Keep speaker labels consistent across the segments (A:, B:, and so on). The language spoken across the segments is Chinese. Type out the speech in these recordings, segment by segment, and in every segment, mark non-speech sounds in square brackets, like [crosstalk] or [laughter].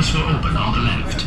A: on the left.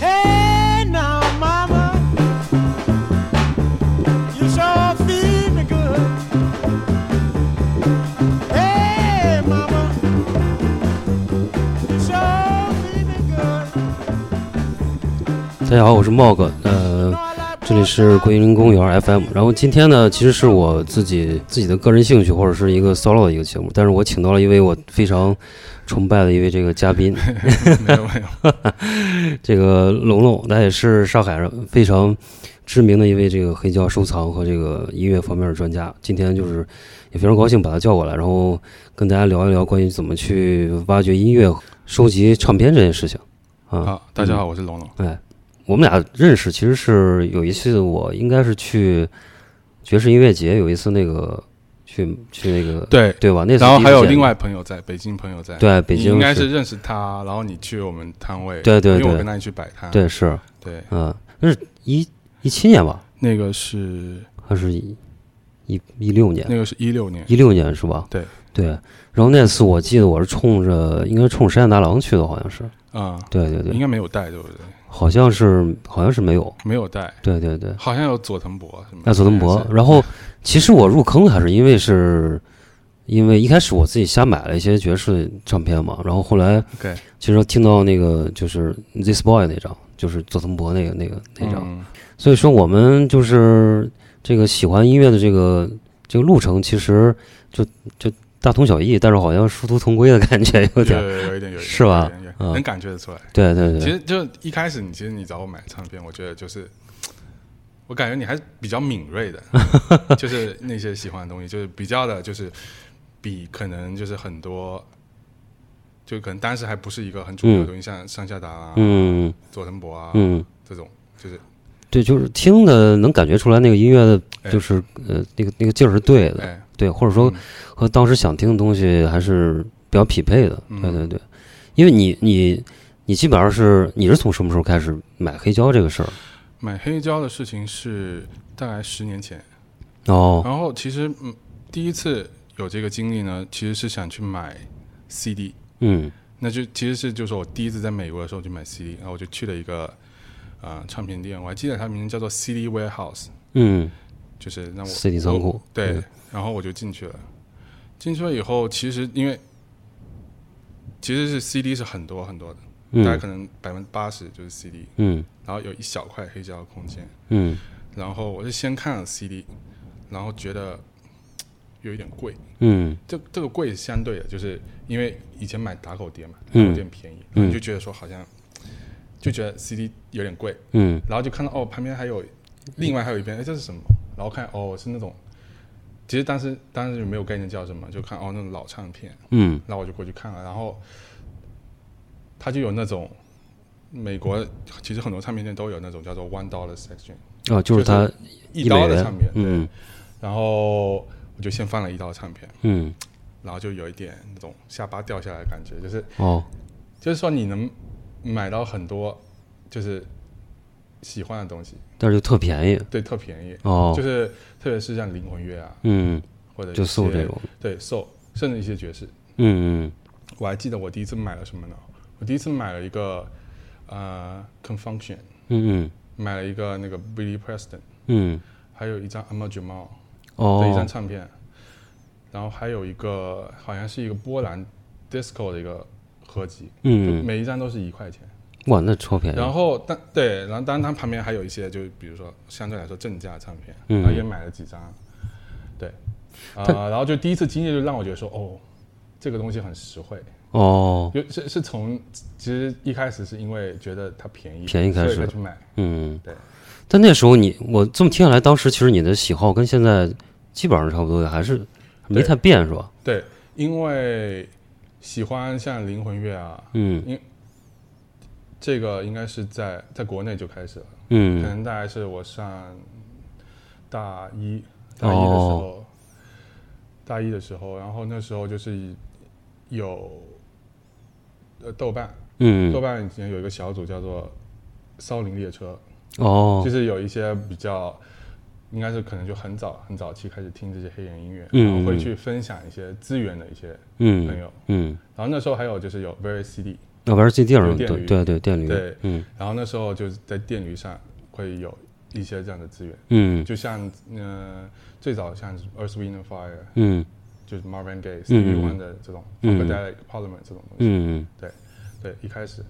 B: Hey now, mama, you sure feed me good. Hey, mama, you sure feed me good.
C: 大家好，我是茂哥，呃，这里是桂林公园 FM。然后今天呢，其实是我自己自己的个人兴趣，或者是一个 solo 的一个节目，但是我请到了一位我非常崇拜的一位这个嘉宾，
D: [laughs] 没有没有，
C: [laughs] 这个龙龙，他也是上海人非常知名的一位这个黑胶收藏和这个音乐方面的专家。今天就是也非常高兴把他叫过来，然后跟大家聊一聊关于怎么去挖掘音乐、收集唱片这件事情啊。
D: 好，大家好，我是龙龙。
C: 哎，我们俩认识其实是有一次，我应该是去爵士音乐节，有一次那个去去那个
D: 对，
C: 对吧？那次
D: 然后还有
C: 第一次见
D: 另外朋友在北京，朋友在，
C: 对北
D: 你
C: 京
D: 应该
C: 是
D: 是认识他，然后你去我们摊位，
C: 对对
D: 因为我
C: 对
D: 跟他一起摆摊，
C: 对是
D: 对，
C: 嗯，那是一一七年吧，
D: 那个是
C: 还是一一一六年？
D: 那个是一六年，
C: 一六年是吧？
D: 对
C: 对，然后那次我记得我是冲着应该是冲着山下大郎去的，好像是，
D: 啊，
C: 对对
D: 应
C: 对，
D: 该没有带对不对？
C: 好像是好像是没有，
D: 没有带，
C: 对对对，
D: 好像有佐藤博什
C: 啊
D: 么的？
C: 那佐藤博。然后其实我入坑还是因为是，因为一开始我自己瞎买了一些爵士唱片嘛，然后后来
D: OK
C: 其实听到那个就是 This Boy 那张，就是佐藤博那个那个那张，
D: 嗯
C: 所以说我们就是这个喜欢音乐的这个这个路程，其实就就大同小异，但是好像殊途同归的感觉有
D: 有
C: 点。
D: 有有一点有一点
C: 是吧
D: 有一点有一点
C: 嗯
D: 能感觉得出来。
C: 对对
D: 其
C: 对，
D: 实就一开始你，其实你找我买唱片，我觉得就是，我感觉你还是比较敏锐的，
C: [laughs]
D: 就是那些喜欢的东西，就是比较的，就是比可能就是很多，就可能当时还不是一个很主流的东西，像上下达啊、
C: 嗯
D: 佐藤博啊、
C: 嗯，
D: 这种，就是
C: 对，就是听的能感觉出来那个音乐的，就是呃那个那个劲儿是对的，
D: 哎，
C: 对，或者说
D: 嗯
C: 和当时想听的东西还是比较匹配的。
D: 嗯
C: 对对对，因为你你你基本上是你是从什么时候开始买黑胶这个事儿？
D: 买黑胶的事情是大概十年前，
C: 哦，
D: 然后其实嗯，第一次有这个经历呢，其实是想去买 CD，
C: 嗯
D: 那就其实是就是我第一次在美国的时候去买 CD，然后我就去了一个呃唱片店，我还记得它名字叫做 CD Warehouse，
C: 嗯
D: 就是让我
C: ，CD 仓库，
D: 对，
C: 嗯
D: 然后我就进去了。进去了以后，其实因为其实是 CD 是很多很多的，大概
C: 嗯
D: 可能百分之八十就是 CD，
C: 嗯
D: 然后有一小块黑胶的空间，
C: 嗯
D: 然后我是先看了 CD，然后觉得嘖有一点贵，
C: 嗯
D: 这这个贵是相对的，就是因为以前买打口碟嘛，打
C: 嗯
D: 口碟很便宜，
C: 嗯
D: 然后就觉得说好像就觉得 CD 有点贵，
C: 嗯
D: 然后就看到哦旁边还有另外还有一边，哎这是什么？然后看哦是那种，其实当时当时就没有概念叫什么，就看哦那种老唱片，
C: 嗯
D: 然后我就过去看了，然后它就有那种美国其实很多唱片店都有那种叫做 one dollar section
C: 啊，就是它
D: 一刀
C: 美
D: 的
C: 元
D: 唱片，对
C: 嗯
D: 然后我就先翻了一刀的唱片。
C: 嗯
D: 然后就有一点那种下巴掉下来的感觉，就是
C: 哦
D: 就是说你能买到很多就是喜欢的东西，
C: 但是就特便宜
D: 对，特便宜，
C: 哦
D: 就，是特别是像灵魂乐啊，
C: 嗯，
D: 或者一
C: 就搜
D: 些
C: 这种，
D: 对 soul，甚至一些爵士。
C: 嗯嗯
D: 我还记得我第一次买了什么呢？我第一次买了一个呃 Confunction，
C: 嗯
D: 买了一个那个 Billy Preston，
C: 嗯嗯
D: 还有一张 Amal Jamal 的一张
C: 哦
D: 唱片，然后还有一个好像是一个波兰 disco 的一个合集，
C: 嗯
D: 每一张都是一块钱。
C: 哇，那超便宜。
D: 然后但对，然后当然它旁边还有一些，就是比如说相对来说正价唱片，
C: 嗯
D: 然后也买了几张，
C: [laughs]
D: 对，啊、然后就第一次经历就让我觉得说，哦，这个东西很实惠，
C: 哦，
D: 就是是从其实一开始是因为觉得它便宜，
C: 便宜开始
D: 所以才去买，
C: 嗯，
D: 对。
C: 但那时候你，我这么听下来，当时其实你的喜好跟现在基本上差不多，还是没
D: 对
C: 太变，是吧？
D: 对，因为喜欢像灵魂乐啊，
C: 嗯
D: 这个应该是在在国内就开始了，可
C: 嗯
D: 能大概是我上大一大一的时候，
C: 哦
D: 大一的时候，然后那时候就是有呃豆瓣，豆
C: 嗯，
D: 瓣以前有一个小组叫做“骚灵列车”，
C: 哦
D: 就，是有一些比较。应该是可能就很早很早期开始听这些黑人音乐，
C: 嗯
D: 然后会去分享一些资源的一些朋
C: 嗯
D: 友。
C: 嗯，
D: 然后那时候还有就是有 Very CD，
C: 那玩意儿这地儿，
D: 有电
C: 对
D: 驴
C: 对对，电驴，
D: 对
C: 嗯
D: 然后那时候就是在电驴上会有一些这样的资源。
C: 嗯
D: 就像呃最早像 Earth Wind and Fire，
C: 嗯
D: 就是 Marvin Gaye、
C: 嗯
D: Stevie Wonder 这种
C: 嗯
D: Funkadelic、Parliament 这种东西，
C: 嗯，
D: 对，一开始，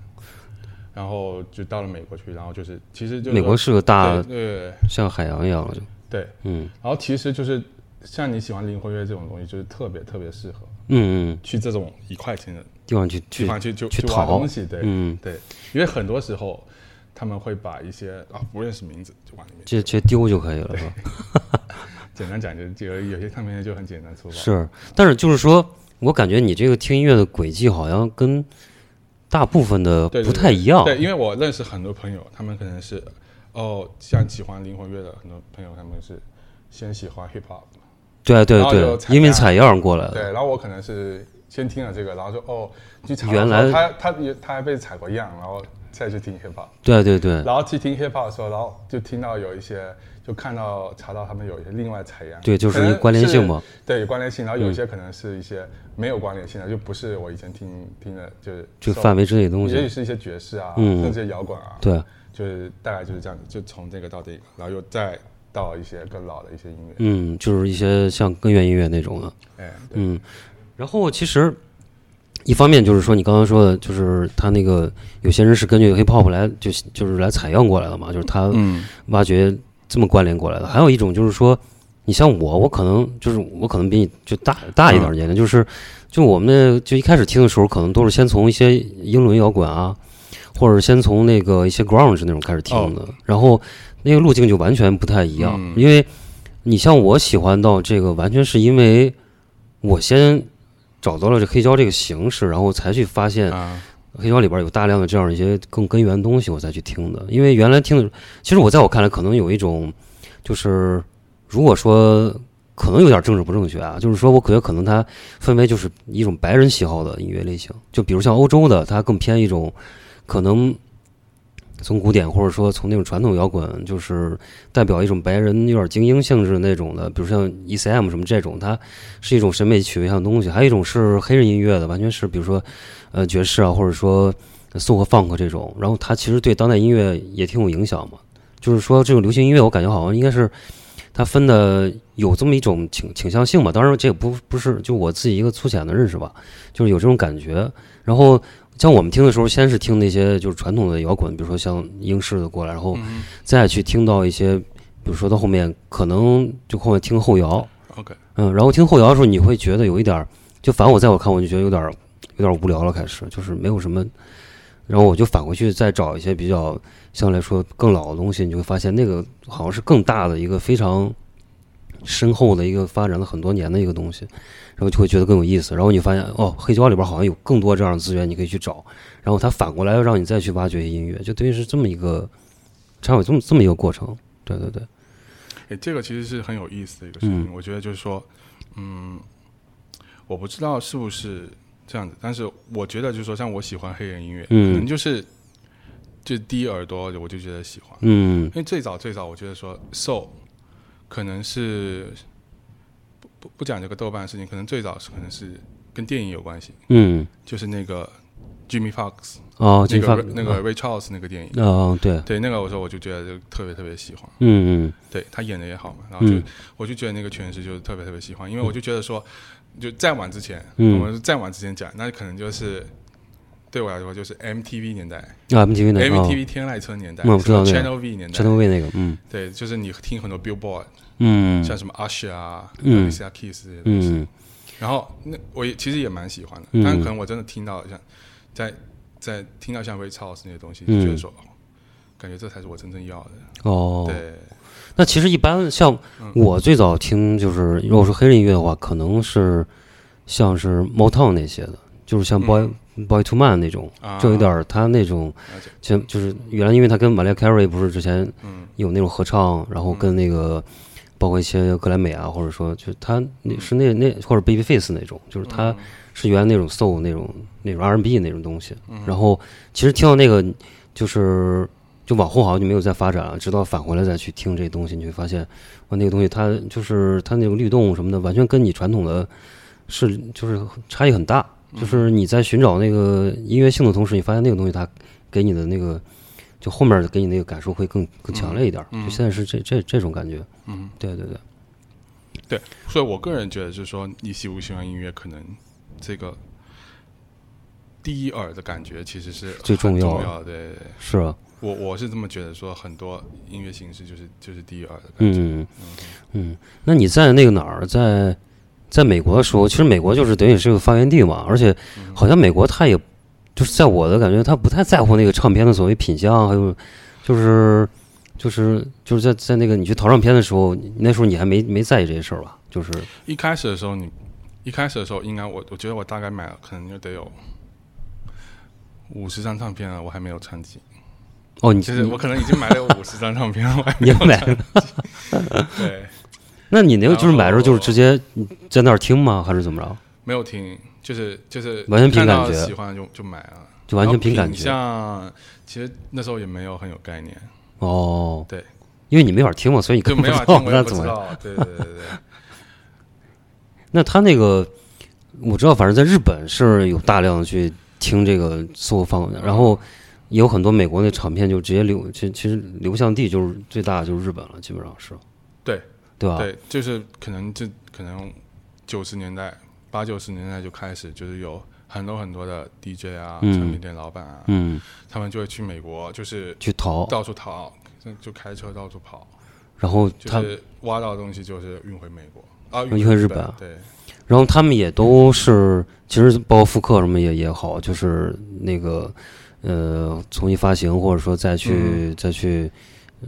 D: 然后就到了美国去，然后就是其实就是
C: 美国是啊个大
D: 对对
C: 像海洋一样的，
D: 对，
C: 嗯
D: 然后其实就是像你喜欢灵魂乐这种东西，就是特别特别适合
C: 嗯嗯，
D: 去这种一块钱的
C: 地方去
D: 地
C: 去
D: 方去就
C: 去
D: 挖
C: 淘
D: 东西，对、
C: 嗯，
D: 对，因为很多时候他们会把一些啊不认识名字就往里面
C: 这这丢就可以了，是吧？
D: 简单讲，就是就有有些唱片就很简单粗暴，
C: 是，但是就是说，我感觉你这个听音乐的轨迹好像跟大部分的
D: 对对
C: 不太一样。
D: 对，因为我认识很多朋友，他们可能是哦，像喜欢灵魂乐的很多朋友，他们是先喜欢 hip hop，
C: 对对
D: 然后
C: 对
D: 就采
C: 因为
D: 样
C: 采样过来
D: 对，
C: 的。
D: 然后我可能是先听了这个，然后就哦，去查
C: 原来
D: 他他也他还被采过样，然后再去听 hip hop，
C: 对对对，
D: 然后去听 hip hop 的时候，然后就听到有一些，就看到查到他们有一些另外采样，
C: 对就是
D: 可能
C: 关联性嘛，嗯
D: 对，有关联性，然后有一些可能是一些没有关联性的，就不是我以前听听的，就是
C: 这个范围之内的东
D: 也许
C: 西。
D: 是一些爵士啊，
C: 嗯
D: 甚至摇滚啊，
C: 对，
D: 就是大概就是这样子，就从这个到这个，然后又再到一些更老的一些音乐，
C: 嗯，就是一些像根源音乐那种的。
D: 哎，对
C: 嗯，然后其实一方面就是说你刚刚说的，就是他那个有些人是根据 hip hop 来就就是来采样过来的嘛，就是他
D: 嗯
C: 挖掘这么关联过来的。还有一种就是说，你像我，我可能就是我可能比你就大大一点儿年龄，就是就我们那就一开始听的时候，可能都是先从一些英伦摇滚啊，或者先从那个一些 grunge 那种开始听的，然后那个路径就完全不太一样，
D: 嗯
C: 因为你像我喜欢到这个，完全是因为我先。找到了这黑胶这个形式，然后才去发现
D: 啊，
C: 黑胶里边有大量的这样一些更根源的东西，我再去听的。因为原来听的，其实我在我看来，可能有一种，就是如果说可能有点政治不正确啊，就是说我觉得可能它分为就是一种白人喜好的音乐类型，就比如像欧洲的，它更偏一种可能从古典或者说从那种传统摇滚，就是代表一种白人有点精英性质那种的，比如像 ECM 什么这种，它是一种审美取向的东西。还有一种是黑人音乐的，完全是比如说呃爵士啊，或者说速和 funk 这种。然后它其实对当代音乐也挺有影响嘛。就是说这种流行音乐，我感觉好像应该是它分的有这么一种倾倾向性吧。当然这也不不是就我自己一个粗浅的认识吧，就是有这种感觉。然后像我们听的时候，先是听那些就是传统的摇滚，比如说像英式的过来，然后
D: 嗯
C: 再去听到一些，比如说到后面可能就后面听后摇，
D: 哦，OK，
C: 嗯，然后听后摇的时候，你会觉得有一点儿，就反正我在我看我就觉得有点儿有点儿无聊了，开始就是没有什么，然后我就返回去再找一些比较相对来说更老的东西，你就会发现那个好像是更大的一个非常深厚的一个发展了很多年的一个东西，然后就会觉得更有意思。然后你发现哦，黑胶里边好像有更多这样的资源你可以去找，然后它反过来又让你再去挖掘音乐，就等于是这么一个，差不多这么这么一个过程。对对对，
D: 哎，这个其实是很有意思的一个事情，我觉得就是说，嗯，我不知道是不是这样子，但是我觉得就是说，像我喜欢黑人音乐，
C: 嗯
D: 可能就是就第一耳朵我就觉得喜欢，
C: 嗯
D: 因为最早最早我觉得说 soul 可能是不不不讲这个豆瓣的事情，可能最早是可能是跟电影有关系，
C: 嗯
D: 就是那个 Jimmy Fox
C: 哦，
D: 那
C: 金发
D: 个啊那个 Ray Charles 那个电影，
C: 哦，对，
D: 对那个我说我就觉得就特别特别喜欢，
C: 嗯嗯
D: 对他演的也好嘛，然后就、
C: 嗯
D: 我就觉得那个诠释就是特别特别喜欢，因为我就觉得说，就再往之前，
C: 嗯
D: 我们再往之前讲，那可能就是对我来说就是 MTV 年代、
C: 啊，MTV 那个
D: m
C: 哦
D: t v 天籁车年代，
C: 嗯我知道
D: 什么
C: 那
D: Channel V 年代，
C: 陈同伟那个，嗯
D: 对，就是你听很多 Billboard，、
C: 嗯
D: 像什么 Usher 啊、
C: 嗯
D: Alicia Keys 这些东西，
C: 嗯
D: 然后那我也其实也蛮喜欢的，
C: 嗯
D: 但可能我真的听到像在在听到像 Ray Charles 那些东西，
C: 嗯
D: 就觉得说，哦感觉这才是我真正要的，
C: 哦，
D: 对，
C: 那其实一般像
D: 嗯
C: 我最早听就是，如果说黑人音乐的话，可能是像是 Motown 那些的，就是像
D: 嗯
C: Boy、Boy to Man 那种，
D: 啊，
C: 就有点儿他那种
D: 了解，
C: 就就是原来因为他跟玛丽亚凯瑞不是之前
D: 嗯
C: 有那种合唱，然后跟那个包括一些格莱美啊，或者说就他
D: 嗯
C: 那是那那或者 Babyface 那种，就是他是原来那种 soul 那种那种 R&B 那种东西。
D: 嗯
C: 然后其实听到那个就是就往后好像就没有再发展了，直到返回来再去听这东西，你会发现哇，那个东西它就是它那个律动什么的，完全跟你传统的是就是差异很大。就是你在寻找那个音乐性的同时，你发现那个东西它给你的那个就后面给你那个感受会更更强烈一点儿。就现在是这这这种感觉。
D: 嗯，
C: 嗯对对对，
D: 对，所以我个人觉得就是说，你喜不喜欢音乐，可能这个第一耳的感觉其实是
C: 最重
D: 很
C: 要
D: 重
C: 的
D: 要的。对，对对
C: 是啊。
D: 我我是这么觉得，说很多音乐形式就是就是第一耳的感觉。
C: 嗯，嗯，那你在那个哪儿，在在美国的时候，其实美国就是等于是个发源地嘛，而且好像美国他也就是在我的感觉，他不太在乎那个唱片的所谓品相，还有就是就是就是在在那个你去淘唱片的时候，你那时候你还没没在意这些事儿吧？就是
D: 一开始的时候你，一开始的时候应该我我觉得我大概买了可能就得有五十张唱片啊了，我还没有唱机，
C: 哦，你
D: 就是我可能已经买
C: [laughs]
D: 了五十张唱片了，我还
C: 你
D: 没
C: 也
D: 有
C: 买了，
D: 对
C: 那你那个就是买的时候就是
D: 然后
C: 直接在那儿听吗？还是怎么着？
D: 没有听，就是就是
C: 完全凭
D: 看到
C: 感觉
D: 喜欢就就买了。
C: 就完全凭感觉
D: 像其实那时候也没有很有概念，
C: 哦，
D: 对，
C: 因为你没法听嘛，所以你
D: 就
C: 根
D: 没
C: 本
D: 法
C: 不知道那
D: 听，我也不
C: 怎么
D: 知道。对对对
C: [laughs]
D: 对对，
C: 那他那个我知道，反正在日本是有大量的去听这个 soul funk 的，然后也有很多美国的唱片就直接流，其其实流向地就是最大的就是日本了，基本上是，
D: 对
C: 对吧？
D: 对，就是可能这可能九十年代八九十年代就开始，就是有很多很多的 DJ 啊、
C: 嗯
D: 唱片店老板啊，
C: 嗯，
D: 他们就会去美国，就是
C: 去淘，
D: 到处淘，就就开车到处跑，
C: 然后
D: 就
C: 他，
D: 是挖到的东西就是运回美国啊，
C: 运
D: 回
C: 回日
D: 本
C: 本，
D: 对，
C: 然后他们也都是，其实包括复刻什么也也好，就是那个呃重新发行，或者说再去、再去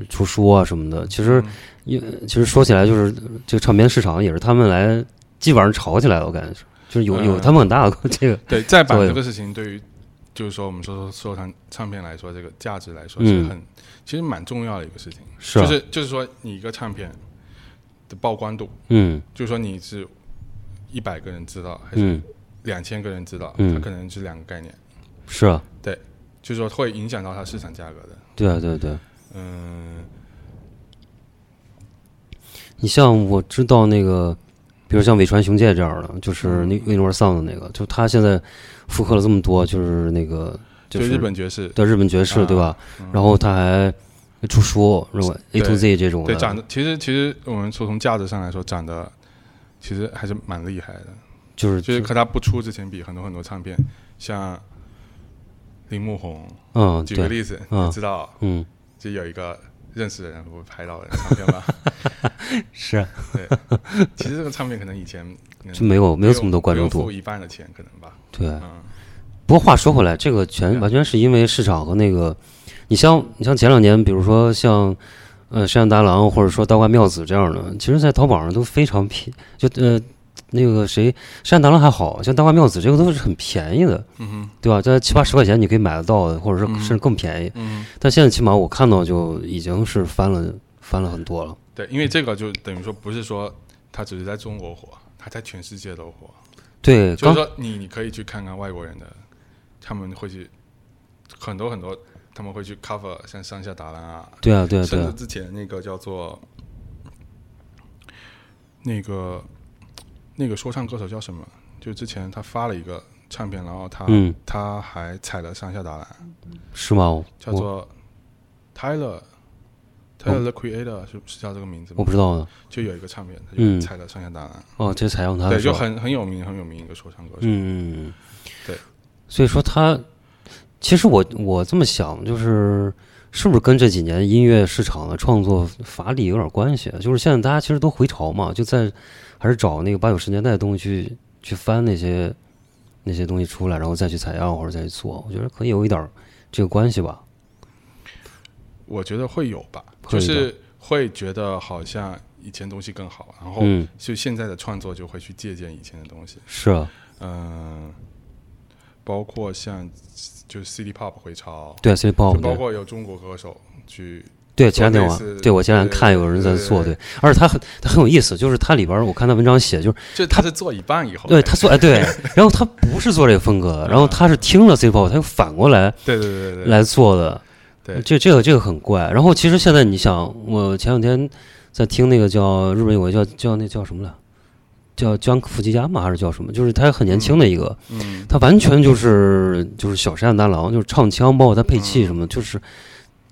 C: 出书啊什么的，其实。
D: 嗯
C: 因为其实说起来，就是这个唱片市场也是他们来基本上炒起来的，我感觉是，就是有有
D: 嗯
C: 他们很大的 [laughs] 这个，
D: 对再版
C: 作
D: 这
C: 用
D: 个事情，对于就是说我们说说说唱唱片来说，这个价值来说是
C: 嗯
D: 很、其实蛮重要的一个事情，
C: 是啊
D: 就是就是说你一个唱片的曝光度，
C: 嗯
D: 就是说你是一百个人知道还是啊
C: 嗯
D: 两千个人知道，
C: 嗯
D: 它可能是两个概念，
C: 是啊，
D: 就是说会影响到它市场价格的。
C: 对啊对啊对啊，
D: 嗯，
C: 你像我知道那个，比如像尾川雄介这样的，就是
D: 嗯
C: 那 u n i v e r s o n 的那个，就他现在复刻了这么多，就是那个
D: 就是日本爵士，
C: 对日本爵士
D: 啊
C: 对吧？然后他还出书，如果 A
D: 对
C: to Z 这种
D: 对，长
C: 的，
D: 得其实其实我们说从价值上来说，长得其实还是蛮厉害的。
C: 就是
D: 就是和他不出之前比，很多很多唱片，像铃木宏，
C: 嗯
D: 举个
C: 对
D: 例子，
C: 嗯
D: 你知道
C: 嗯
D: 就有一个认识的人我拍到的唱片吧？ [laughs]
C: 是啊
D: 其实这个唱片可能以前嗯
C: 就没有没有这么多关注
D: 不用
C: 度
D: 付，一半的钱可能吧。
C: 对。
D: 嗯
C: 不过话说回来，这个全
D: 对
C: 完全是因为市场和那个，你像你像前两年，比如说像呃山下达郎或者说刀瓜妙子这样的，其实，在淘宝上都非常便，就呃那个谁山下达郎还好像刀瓜妙子这个都是很便宜的，
D: 嗯哼
C: 对吧？在七八十块钱你可以买得到的，或者是
D: 嗯
C: 甚至更便宜。
D: 嗯，
C: 但现在起码我看到就已经是翻了翻了很多了。
D: 对，因为这个就等于说不是说他只是在中国火，他在全世界都火。
C: 对，
D: 就是
C: 刚
D: 说你你可以去看看外国人的，他们会去很多很多，他们会去 cover 像上下达郎啊，
C: 对啊对啊对
D: 甚至
C: 啊，
D: 之前那个叫做那个那个说唱歌手叫什么？就之前他发了一个唱片，然后他、
C: 嗯
D: 他还踩了上下打篮，
C: 是吗？我
D: 叫做 Tyler Tyler the Creator 是是叫这个名字
C: 我
D: 吗
C: 不？知道呢。
D: 就有一个唱片，他
C: 嗯
D: 就踩了上下打篮，
C: 哦，这采访他的
D: 对，
C: 时
D: 就
C: 候，
D: 很很有名很有名一个说唱歌手，
C: 嗯，嗯嗯
D: 对。
C: 所以说他，其实我我这么想，就是是不是跟这几年音乐市场的创作乏力有点关系？啊就是现在大家其实都回潮嘛，就在还是找那个八九十年代的东西去去翻那些那些东西出来，然后再去采样或者再去做，我觉得可以有一点儿这个关系吧。
D: 我觉得会有吧，
C: 会
D: 就
C: 的
D: 是会觉得好像以前东西更好，然后
C: 嗯，
D: 就现在的创作就会去借鉴以前的东西，
C: 是啊，
D: 嗯、包括像就是 City Pop 回潮，
C: 对 c i p o
D: 就
C: p
D: 包
C: 哦对
D: 括有中国歌手去，
C: 对，前两天
D: 类
C: 我
D: 似
C: 对我前两天
D: 对
C: 看有人在
D: 对
C: 做，
D: 对
C: 对，而且他很他很有意思，就是他里边儿我看他文章写就是。
D: 就他是做一半以后，
C: 对他做哎
D: [laughs]
C: 对，然后他不是做这个风格的，然后他是听了 C pop，他又反过来
D: 对对嗯对对对，
C: 来做的，
D: 对
C: 这这个这个很怪。然后其实现在你想，我前两天在听那个叫日本有个叫叫那叫什么来，叫江福吉亚嘛还是叫什么，就是他很年轻的一个，
D: 嗯，
C: 他完全就是就是小山大郎，就是唱腔，包括他配器什么，就是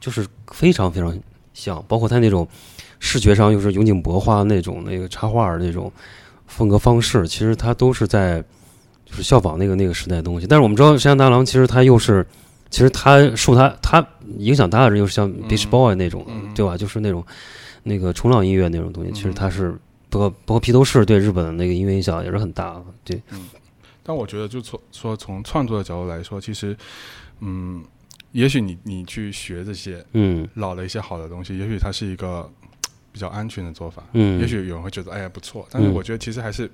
C: 就是非常非常像，包括他那种视觉上又是永井博画那种那个插画儿那种风格方式，其实他都是在就是效仿那个那个时代的东西。但是我们知道山下大郎其实他又是，其实他受他他影响大的人又是像 Beach Boy 那种的，
D: 嗯
C: 对吧？就是那种那个冲浪音乐那种东西，其实
D: 嗯
C: 他是。包括包括披头士对日本的那个音乐影响也是很大的，对，
D: 但我觉得就从说从创作的角度来说，其实，嗯，也许你你去学这些
C: 嗯
D: 老的一些好的东西，也许它是一个比较安全的做法，
C: 嗯，
D: 也许有人会觉得哎呀不错，但是
C: 嗯
D: 我觉得其实还是，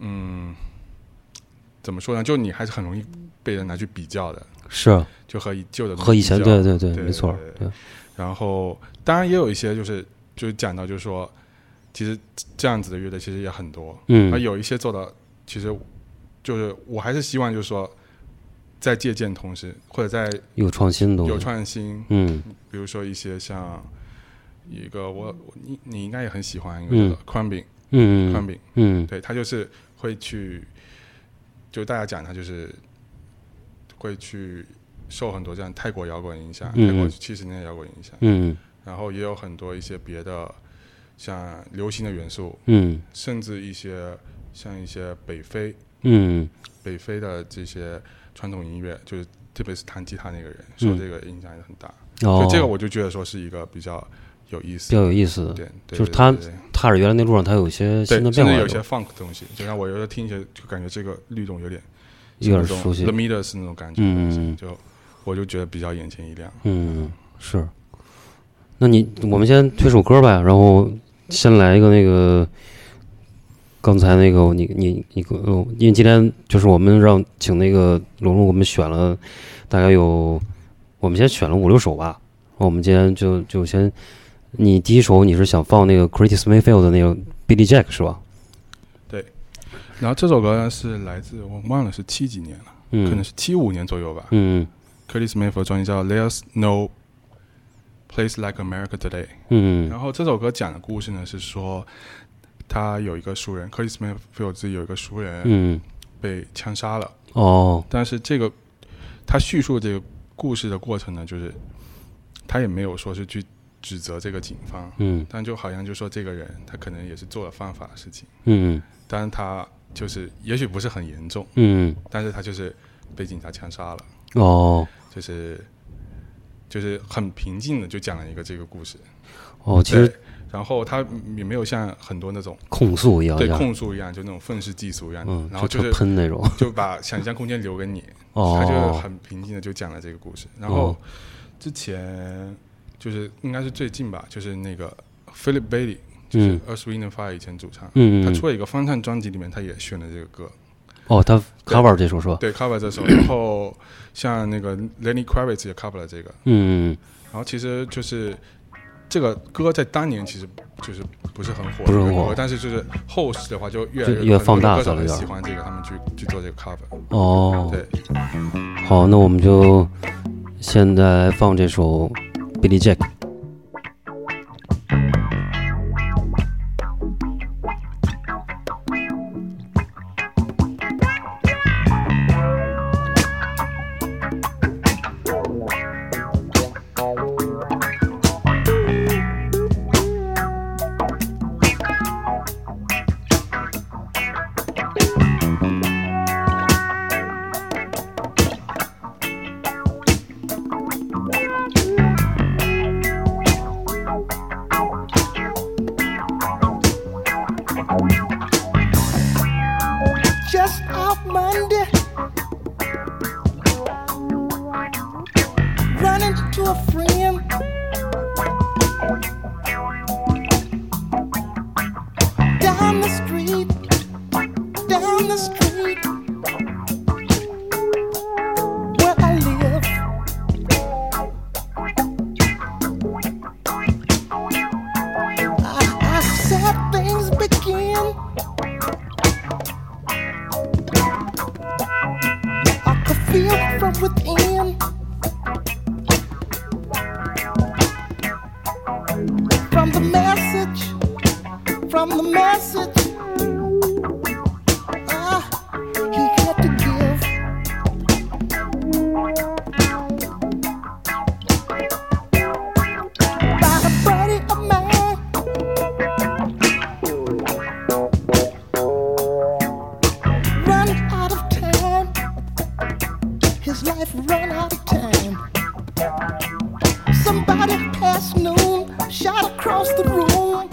D: 嗯，怎么说呢？就你还是很容易被人拿去比较的，
C: 是啊
D: 就和以旧的东西
C: 和以前
D: 比较
C: 对对对，
D: 对
C: 没错儿，
D: 对
C: 对，
D: 然后当然也有一些就是就是讲到就是说，其实这样子的乐队其实也很多，而
C: 嗯，
D: 有一些做的其实就是我还是希望就是说，在借鉴同时或者在
C: 有创新的
D: 有
C: 东西，
D: 创新，
C: 嗯
D: 比如说一些像一个我我你你应该也很喜欢一
C: 嗯
D: 个 c r u m b i n g
C: 嗯
D: c r u m
C: 嗯
D: b i n g
C: 嗯
D: 对他就是会去，就大家讲他就是会去受很多这样泰国摇滚影响，
C: 嗯
D: 泰国
C: 嗯
D: 七十年代摇滚影响，
C: 嗯
D: 然后也有很多一些别的像流行的元素，
C: 嗯
D: 甚至一些像一些北非
C: 嗯
D: 北非的这些传统音乐，就是特别是弹吉他那个人受这个影响也很大，
C: 嗯，哦
D: 就，这个我就觉得说是一个比较有意
C: 比
D: 思
C: 较
D: 的
C: 有意思，
D: 点，对
C: 就是
D: 对
C: 他
D: 对对
C: 踏着原来那路上，它有一些
D: 对
C: 新的，变
D: 甚
C: 化
D: 至
C: 了，
D: 有一些 funk 的东西，就像我有时候听一些，就感觉这个律动有点
C: 有点
D: 像
C: 熟
D: 那种
C: 悉
D: The，Meters 那种感觉的东西，
C: 嗯
D: 就我就觉得比较眼前一亮。
C: 嗯是。那你我们先推首歌呗，然后先来一个那个。刚才那个你你你给我，因为今天就是我们让请那个龙龙，我们选了大概有，我们先选了五六首吧。然后我们今天就就先，你第一首你是想放那个 Curtis Mayfield 的那个 Billy Jack 是吧？
D: 然后这首歌呢是来自我忘了是七几年了，
C: 嗯，
D: 可能是七五年左右吧。
C: 嗯
D: Curtis Mayfield 专辑叫《There's No Place Like America Today》。
C: 嗯
D: 然后这首歌讲的故事呢是说，他有一个熟人，Curtis Mayfield 自己有一个熟人
C: 嗯
D: 被枪杀了，
C: 哦
D: 但是这个他叙述这个故事的过程呢，就是他也没有说是去指责这个警方，
C: 嗯
D: 但就好像就说这个人他可能也是做了犯法的事情，
C: 嗯
D: 但是他就是也许不是很严重，
C: 嗯
D: 但是他就是被警察枪杀了，
C: 哦
D: 就是就是很平静的就讲了一个这个故事，
C: 哦，其实
D: 对。然后他也没有像很多那种
C: 控诉一样
D: 对
C: 一样，
D: 控诉一样，就那种愤世嫉俗一样的
C: 嗯，，
D: 然后
C: 就
D: 就
C: 特
D: 是
C: 喷那种
D: 就把想象空间留给你， [laughs] 他就
C: 哦，
D: 很平静的就讲了这个故事。然后
C: 哦
D: 之前就是应该是最近吧，就是那个 Philip Bailey，就是
C: 嗯
D: Earth Wind and Fire 以前主唱，
C: 嗯
D: 他
C: 嗯
D: 出了一个翻唱专辑，里面他也选了这个歌，
C: 哦，他 cover 这首是吧？
D: 对 cover
C: [coughs]
D: 这首。然后像那个 Lenny Kravitz 也 cover 了这个。
C: 嗯，
D: 然后其实就是这个歌在当年其实就是不是很火，
C: 不是很火
D: 这个歌但是就是后世的话就越来
C: 就
D: 越
C: 越放大
D: 很多
C: 了
D: 歌
C: 有
D: 手
C: 点
D: 喜欢这个，他们去去做这个 cover。
C: 哦，
D: 对，
C: 好，那我们就现在放这首 Billy Jack。
A: Thank
E: from within. From the message, from the message. ah, he had to give. By the body of man, run out of time. His life run out of time. Somebody past noon shot across the room.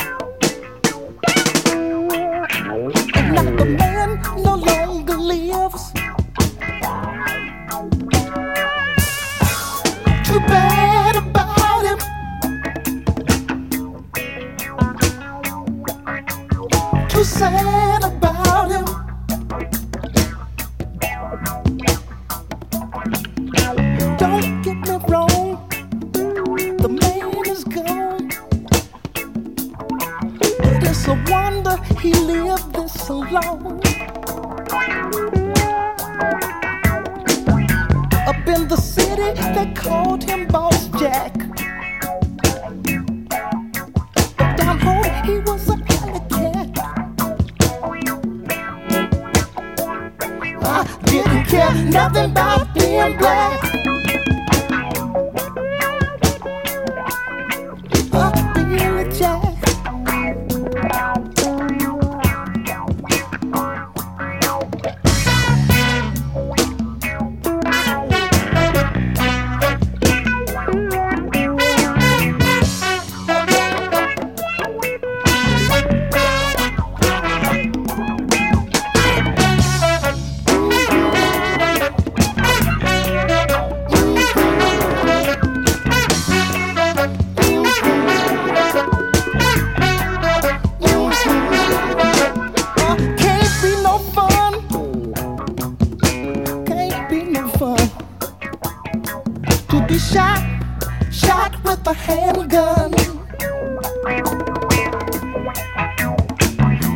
E: And now the man no longer lives. Too bad about him. Too sad about him. Don't get me wrong, the man is gone. It is a wonder he lived this long. Up in the city, they called him Boss Jack. But down home, he was a alley cat. I didn't care nothing about being black. I being a jack. Can't be no fun. Can't be no fun. To be shot, shot with a handgun.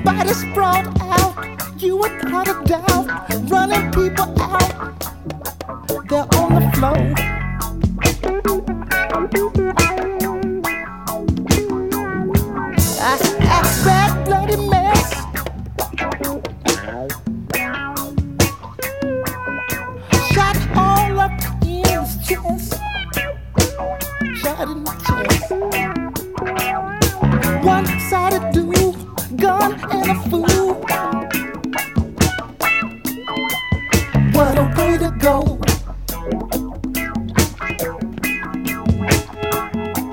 E: Body sprawled out, you without a doubt. Running people out, they're on the floor. I, I, bad bloody mess. Shot all up in his chest. Shot in the chest. One sided dude, gun and a fool. What a way to go.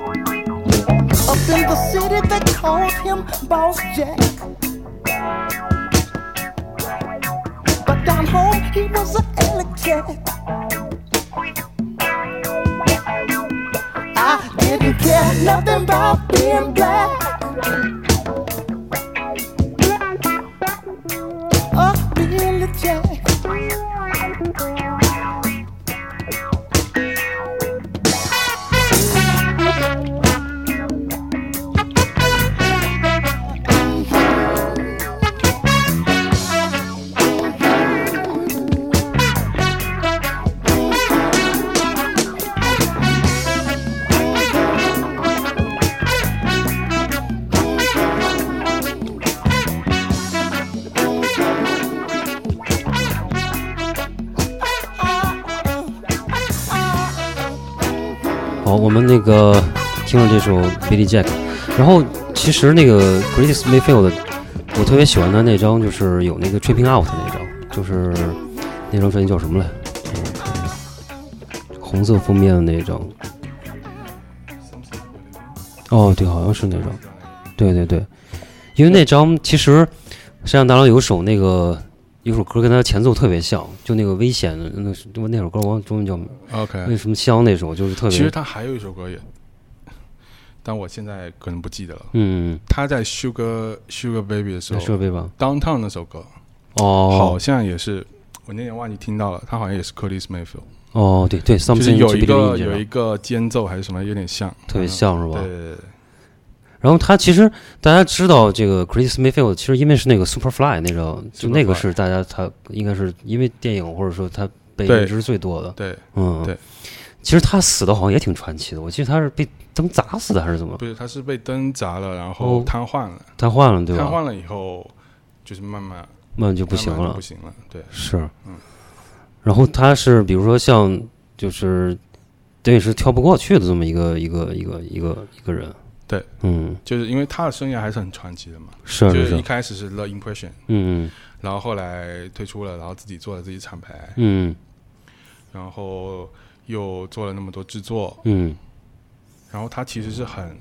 E: Up in the city, they called him Boss Jack. But down home, he was an alley cat. I didn't care nothing about being black. Or being a jack.
C: 好，我们那个听了这首 Billy Jack，然后其实那个 Curtis Mayfield，我特别喜欢他那张，就是有那个 Tripping Out 那张，就是那张专辑叫什么来？我看一下红色封面的那张。哦，对，好像是那张。对对对，因为那张其实山上大郎有首那个有首歌跟他前奏特别像，就那个危险的那是那首歌，我忘了中文叫什么那
D: OK，
C: 什么香那首，就是特别。
D: 其实他还有一首歌也，但我现在可能不记得了。
C: 嗯，
D: 他在 Sugar Sugar Baby 的时
C: 那设
D: 候
C: 备吧。
D: ，Downtown 那首歌好
C: 哦，
D: 像也是，我那天忘记听到了，他好像也是 Curtis Mayfield，
C: 哦，对对
D: 就
C: ，something
D: 是有
C: to
D: 一个
C: believe in
D: 有
C: 这
D: 一个间奏还是什么，有点像，
C: 特别像是
D: 嗯。
C: 吧
D: 对？对对对，
C: 然后他其实大家知道这个 Chris Mayfield，其实因为是那个 Superfly 那个，就那个
D: Superfly
C: 是大家他应该是因为电影或者说他被
D: 对
C: 认知最多的。
D: 对，
C: 嗯，
D: 对。
C: 其实他死的好像也挺传奇的，我记得他是被灯砸死的还是怎么？
D: 不是，他是被灯砸了，然后
C: 哦
D: 瘫痪了，
C: 瘫痪了，对
D: 瘫
C: 吧？
D: 痪了以后，就是慢慢
C: 那就不
D: 慢慢
C: 行
D: 就
C: 了
D: 不。行了，对，
C: 是，
D: 嗯
C: 然后他是比如说像就是等于是跳不过去的这么一个一个一个一个一个人。
D: 对，
C: 嗯，
D: 就是因为他的生涯还是很传奇的嘛，
C: 是啊
D: 就是是一
C: 是，
D: 开始是 The Impression，
C: 嗯
D: 然后后来退出了，然后自己做了自己厂牌，
C: 嗯
D: 然后又做了那么多制作，
C: 嗯
D: 然后他其实是很，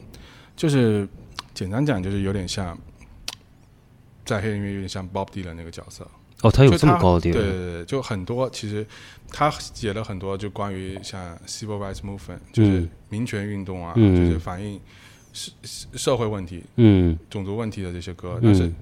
D: 就是简单讲就是有点像，在黑人乐有点像 Bob Dylan 那个角色，
C: 哦，他有
D: 就
C: 这么
D: 他
C: 高的地
D: 对对
C: 位，
D: 对对，就很多其实他写了很多就关于像 civil rights movement，就是
C: 嗯
D: 民权运动啊，
C: 嗯
D: 就是反映社社会问题、
C: 嗯
D: 种族问题的这些歌。但是
C: 嗯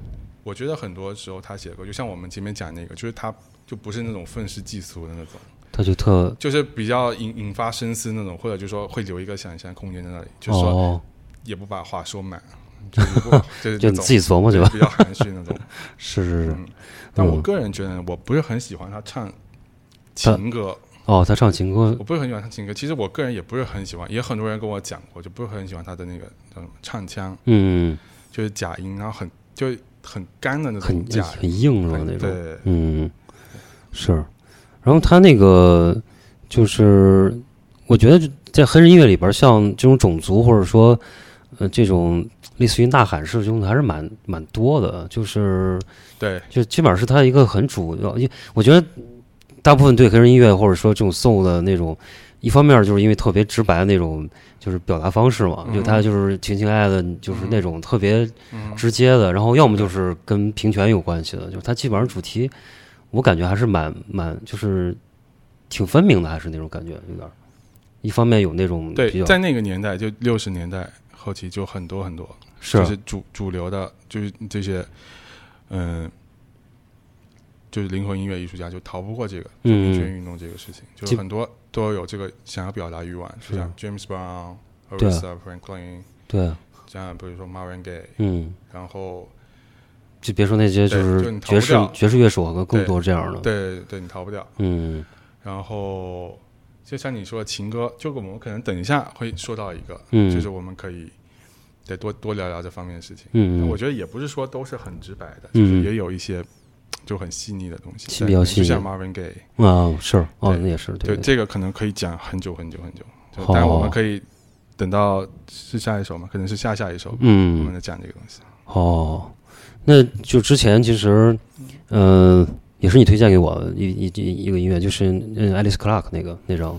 D: 我觉得很多时候他写的歌，就像我们前面讲那个，就是他就不是那种愤世嫉俗的那种，
C: 他就特
D: 就是比较引引发深思那种，或者就说会留一个想象空间在那里，就是说
C: 哦，
D: 也不把话说满，就是不就是
C: 就
D: 那
C: 你
D: 种
C: 自己琢磨去吧。嗯
D: 比较含蓄
C: [laughs]
D: 那种。
C: 是是是，
D: 嗯但我个人觉得，我不是很喜欢他唱情歌，
C: 哦，他唱情歌
D: 我不是很喜欢他情歌。其实我个人也不是很喜欢，也很多人跟我讲过，就不是很喜欢他的那个叫什么唱腔，
C: 嗯，
D: 就是假音，然后很就很干的那种
C: 很
D: 假，
C: 很硬是吧？
D: 很
C: 那种，
D: 对
C: 嗯，是。然后他那个就是，我觉得在黑人音乐里边，像这种种族或者说呃这种类似于呐喊式的这种，还是蛮蛮多的。就是
D: 对
C: 就基本上是他一个很主要，因为我觉得大部分对黑人音乐或者说这种 soul 的那种，一方面就是因为特别直白的那种就是表达方式嘛，
D: 嗯
C: 就他就是情情爱爱的，就是那种特别
D: 嗯
C: 直接的，然后要么就是跟平权有关系的，就是他基本上主题，我感觉还是蛮蛮就是挺分明的，还是那种感觉有点儿。一方面有那种比
D: 对，
C: 较
D: 在那个年代，就六十年代后期就很多很多，
C: 是啊
D: 就是主主流的，就是这些，嗯、就是灵魂音乐艺术家就逃不过这个民权
C: 嗯
D: 运动这个事情，
C: 基
D: 就很多都有这个想要表达欲望，就像 James Brown、
C: 对啊
D: Aretha Franklin，
C: 对
D: 像比如说 Marvin Gaye，
C: 嗯，
D: 然后
C: 就别说那些
D: 对
C: 是
D: 就你逃不
C: 爵士
D: 掉
C: 爵士乐手和更
D: 对
C: 多这样的，
D: 对对，你逃不掉。
C: 嗯
D: 然后就像你说的情歌，就我们可能等一下会说到一个，
C: 嗯
D: 就是我们可以得多多聊聊这方面的事情。
C: 嗯，
D: 那
C: 嗯
D: 我觉得也不是说都是很直白的，
C: 嗯
D: 就是也有一些就很细腻的东西，
C: 是比较细腻
D: 就像 Marvin Gaye，
C: 啊，是哦，
D: 对
C: 那也是
D: 就
C: 对对，
D: 这个可能可以讲很久很久很久，就
C: 好
D: 但我们可以等到是下一首嘛，可能是下下一首，我们
C: 嗯，
D: 再讲这个东西。
C: 哦，那就之前其实，嗯、也是你推荐给我的一一一一个音乐，就是嗯，Alice Clark 那个那张，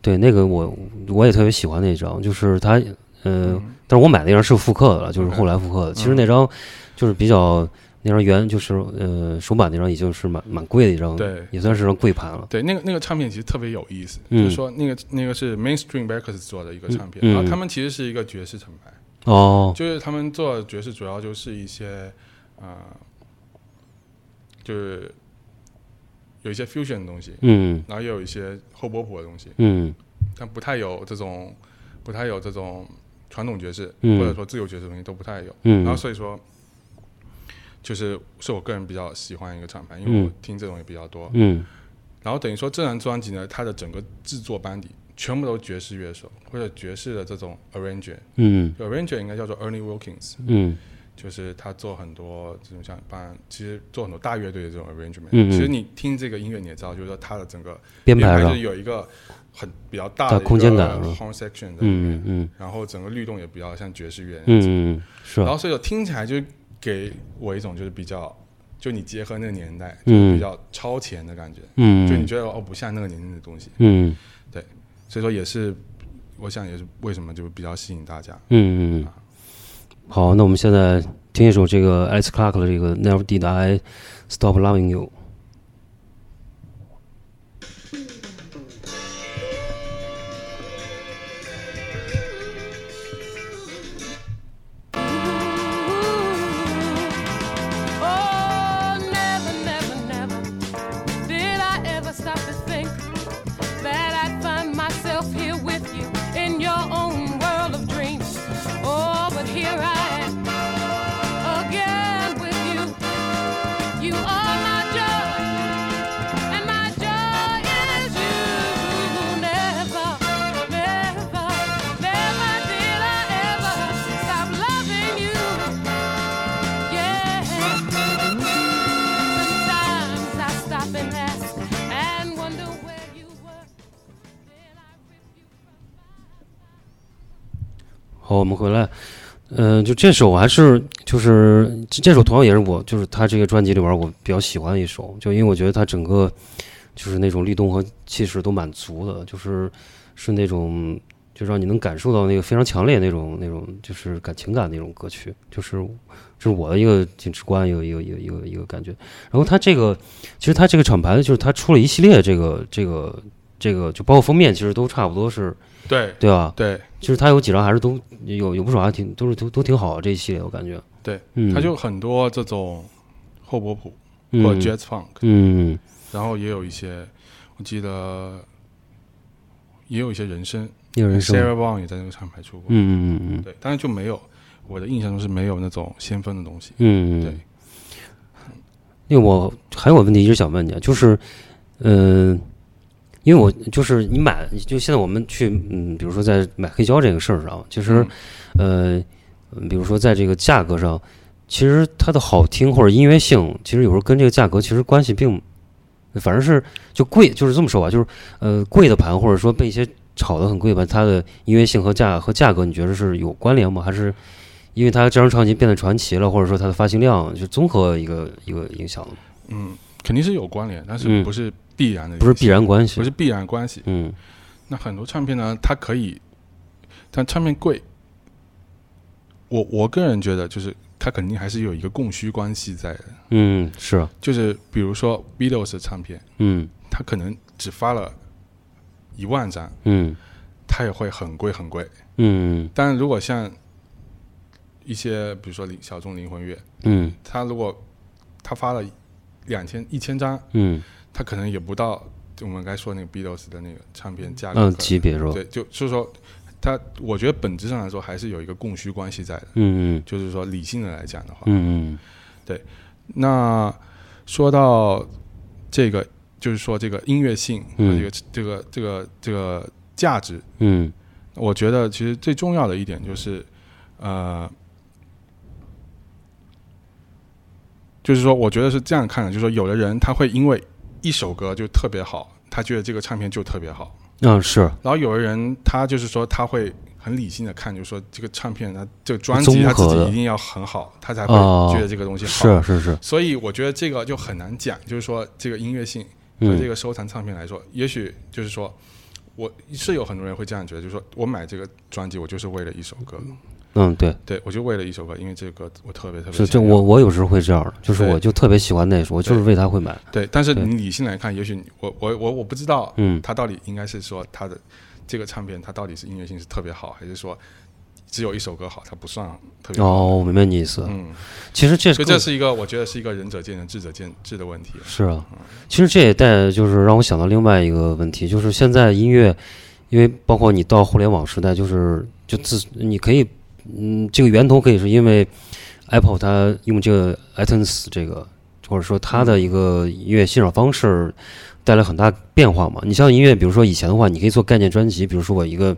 C: 对，那个我我也特别喜欢那张，就是他，嗯、
D: 嗯
C: 但是我买那张是复刻的了，就是后来复刻的。其实那张就是比较那张原就是呃首版那张已经是蛮蛮贵的一张，
D: 对
C: 也算是张贵盘了。
D: 对，那个那个唱片其实特别有意思，
C: 嗯
D: 就是说那个那个是 Mainstream Records 做的一个唱片，
C: 嗯嗯
D: 然后他们其实是一个爵士厂牌，
C: 哦，
D: 就是他们做爵士主要就是一些，呃，就是有一些 fusion 的东西，
C: 嗯
D: 然后也有一些后波普的东西，
C: 嗯
D: 但不太有这种不太有这种传统爵士、
C: 嗯
D: 或者说自由爵士的东西都不太有。
C: 嗯，
D: 然后所以说，就是是我个人比较喜欢一个厂牌，因为我
C: 嗯
D: 听这种也比较多。
C: 嗯
D: 然后等于说这张专辑呢，它的整个制作班底全部都是爵士乐手或者爵士的这种 arranger，arranger
C: 嗯
D: 应该叫做 Ernie Wilkins，
C: 嗯
D: 就是他做很多这种像帮，其实做很多大乐队的这种 arrangement。
C: 嗯嗯
D: 其实你听这个音乐你也知道，就是说它的整个
C: 编排
D: 还
C: 上
D: 是，有一个很比较大
C: 大
D: 的
C: 空间感是吧
D: h o r n section 在里面，
C: 嗯嗯
D: 然后整个律动也比较像爵士乐，
C: 嗯，嗯是
D: 然，后所以说听起来就给我一种就是比较，就你结合那个年代，
C: 嗯
D: 比较超前的感觉，就你
C: 嗯
D: 觉得哦不像那个年代的东西，
C: 嗯。
D: 所以说也是，我想也是为什么就比较吸引大家。
C: 嗯，嗯嗯，
D: 啊
C: 好，那我们现在听一首这个 Alice Clark 的这个 Never Did I Stop Loving You。
A: Oh, never, never, never did I ever stop to think that I'd find myself here with you in your own world of dreams. Oh, but here I am again with you. You are my joy.
C: 好，我们回来，嗯、就这首还是就是这这首同样也是我就是他这个专辑里边我比较喜欢的一首，就因为我觉得他整个就是那种律动和气势都蛮足的，就是是那种就让你能感受到那个非常强烈那种那种就是感情感那种歌曲，就是这是我的一个挺直观一个一个一个一个一个感觉。然后他这个其实他这个厂牌就是他出了一系列这个这个这个就包括封面其实都差不多是
D: 对
C: 对吧？
D: 对，
C: 其实他有几张还是都有有不少还挺都是都都挺好的这一系列我感觉，
D: 对，
C: 嗯，
D: 它就很多这种后波普
C: 嗯
D: 或者 jazz funk，、
C: 嗯
D: 然后也有一些，我记得也有一些人声
C: 有人生，
D: ，Sarah Vaughan 也在那个厂牌出过，
C: 嗯嗯嗯
D: 对，当然就没有我的印象中是没有那种先锋的东西，
C: 嗯，
D: 对，
C: 因为我还有个问题一直想问你，啊，就是，嗯、因为我就是你买，就现在我们去，嗯，比如说在买黑胶这个事儿上，其实，呃，嗯比如说在这个价格上，其实它的好听或者音乐性，其实有时候跟这个价格其实关系并，反正是就贵，就是这么说吧，就是呃，贵的盘或者说被一些炒的很贵的盘，它的音乐性和价和价格，你觉得是有关联吗？还是？因为它这张专辑变得传奇了，或者说它的发行量就综合一个一个影响了吗
D: 嗯，肯定是有关联，但
C: 嗯
D: 是不是必然的，
C: 不是必，然关系，
D: 不是必然关系。
C: 嗯
D: 那很多唱片呢，它可以，但唱片贵，我我个人觉得就是它肯定还是有一个供需关系在的，
C: 嗯是啊
D: 就是比如说 Beatles 的唱片，
C: 嗯
D: 它可能只发了一万张，
C: 嗯
D: 它也会很贵很贵。
C: 嗯
D: 但如果像一些比如说灵小众灵魂乐，
C: 嗯
D: 它如果它发了两千一千张，
C: 嗯
D: 它可能也不到我们该说那个 Beatles 的那个唱片价格可
C: 嗯
D: 能，
C: 级别是吧？
D: 对，就就是说，它我觉得本质上来说还是有一个供需关系在的，
C: 嗯
D: 就是说理性的来讲的话，
C: 嗯嗯
D: 那说到这个，就是说这个音乐性和
C: 嗯
D: 这个、这个这个这个价值，
C: 嗯
D: 我觉得其实最重要的一点就是，呃。就是说，我觉得是这样看的，就是说，有的人他会因为一首歌就特别好，他觉得这个唱片就特别好，
C: 嗯啊是
D: 然后有的人他就是说他会很理性的看，就是说这个唱片他这个专
C: 综
D: 辑他自
C: 合的
D: 己一定要很好，他才会
C: 哦
D: 觉得这个东西好。
C: 是是是，
D: 所以我觉得这个就很难讲，就是说这个音乐性和这
C: 嗯
D: 个收藏唱片来说，也许就是说我是有很多人会这样觉得，就是说我买这个专辑我就是为了一首歌，
C: 嗯对，
D: 对我就为了一首歌，因为这个歌我特别特别
C: 是这
D: 想要
C: 我我有时候会这样的，就是
D: 对
C: 我就特别喜欢那首，我就是为它会买，
D: 对，但是
C: 对
D: 你理性来看，也许你我我我我不知道，
C: 嗯
D: 它到底应该是说它的这个唱片，它到底是音乐性是特别好，还是说只有一首歌好，它不算特别好？
C: 哦我明白你意思，
D: 嗯，
C: 其实这
D: 所
C: 是
D: 以这是一个我觉得是一个仁者见仁，智者见智的问题。
C: 是啊，其实这也带就是让我想到另外一个问题，就是现在音乐，因为包括你到互联网时代，就是就自你可以，嗯，这个源头可以是因为 Apple 它用这个 iTunes 这个，或者说它的一个音乐欣赏方式带来很大变化嘛。你像音乐，比如说以前的话，你可以做概念专辑，比如说我一个。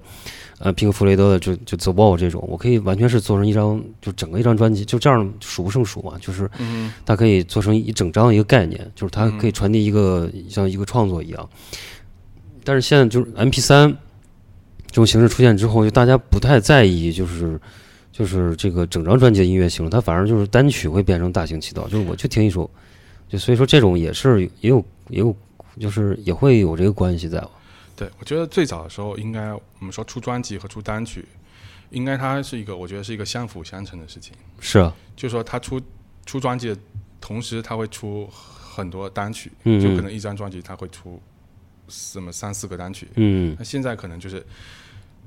C: 呃，平克·弗雷德的就就 The Wall 这种，我可以完全是做成一张，就整个一张专辑，就这样数不胜数嘛，就是
D: 嗯
C: 它可以做成一整张一个概念，就是它可以传递一个像一个创作一样。但是现在就是 M P 三这种形式出现之后，就大家不太在意，就是就是这个整张专辑的音乐形式，它反而就是单曲会变成大行其道，就是我就听一首，就所以说这种也是也有也有就是也会有这个关系在吧？
D: 对，我觉得最早的时候，应该我们说出专辑和出单曲，应该它是一个我觉得是一个相辅相成的事情，
C: 是啊，
D: 就是说它出出专辑的同时，它会出很多单曲，
C: 嗯
D: 就可能一张专辑它会出什么三四个单曲，
C: 嗯
D: 那现在可能就是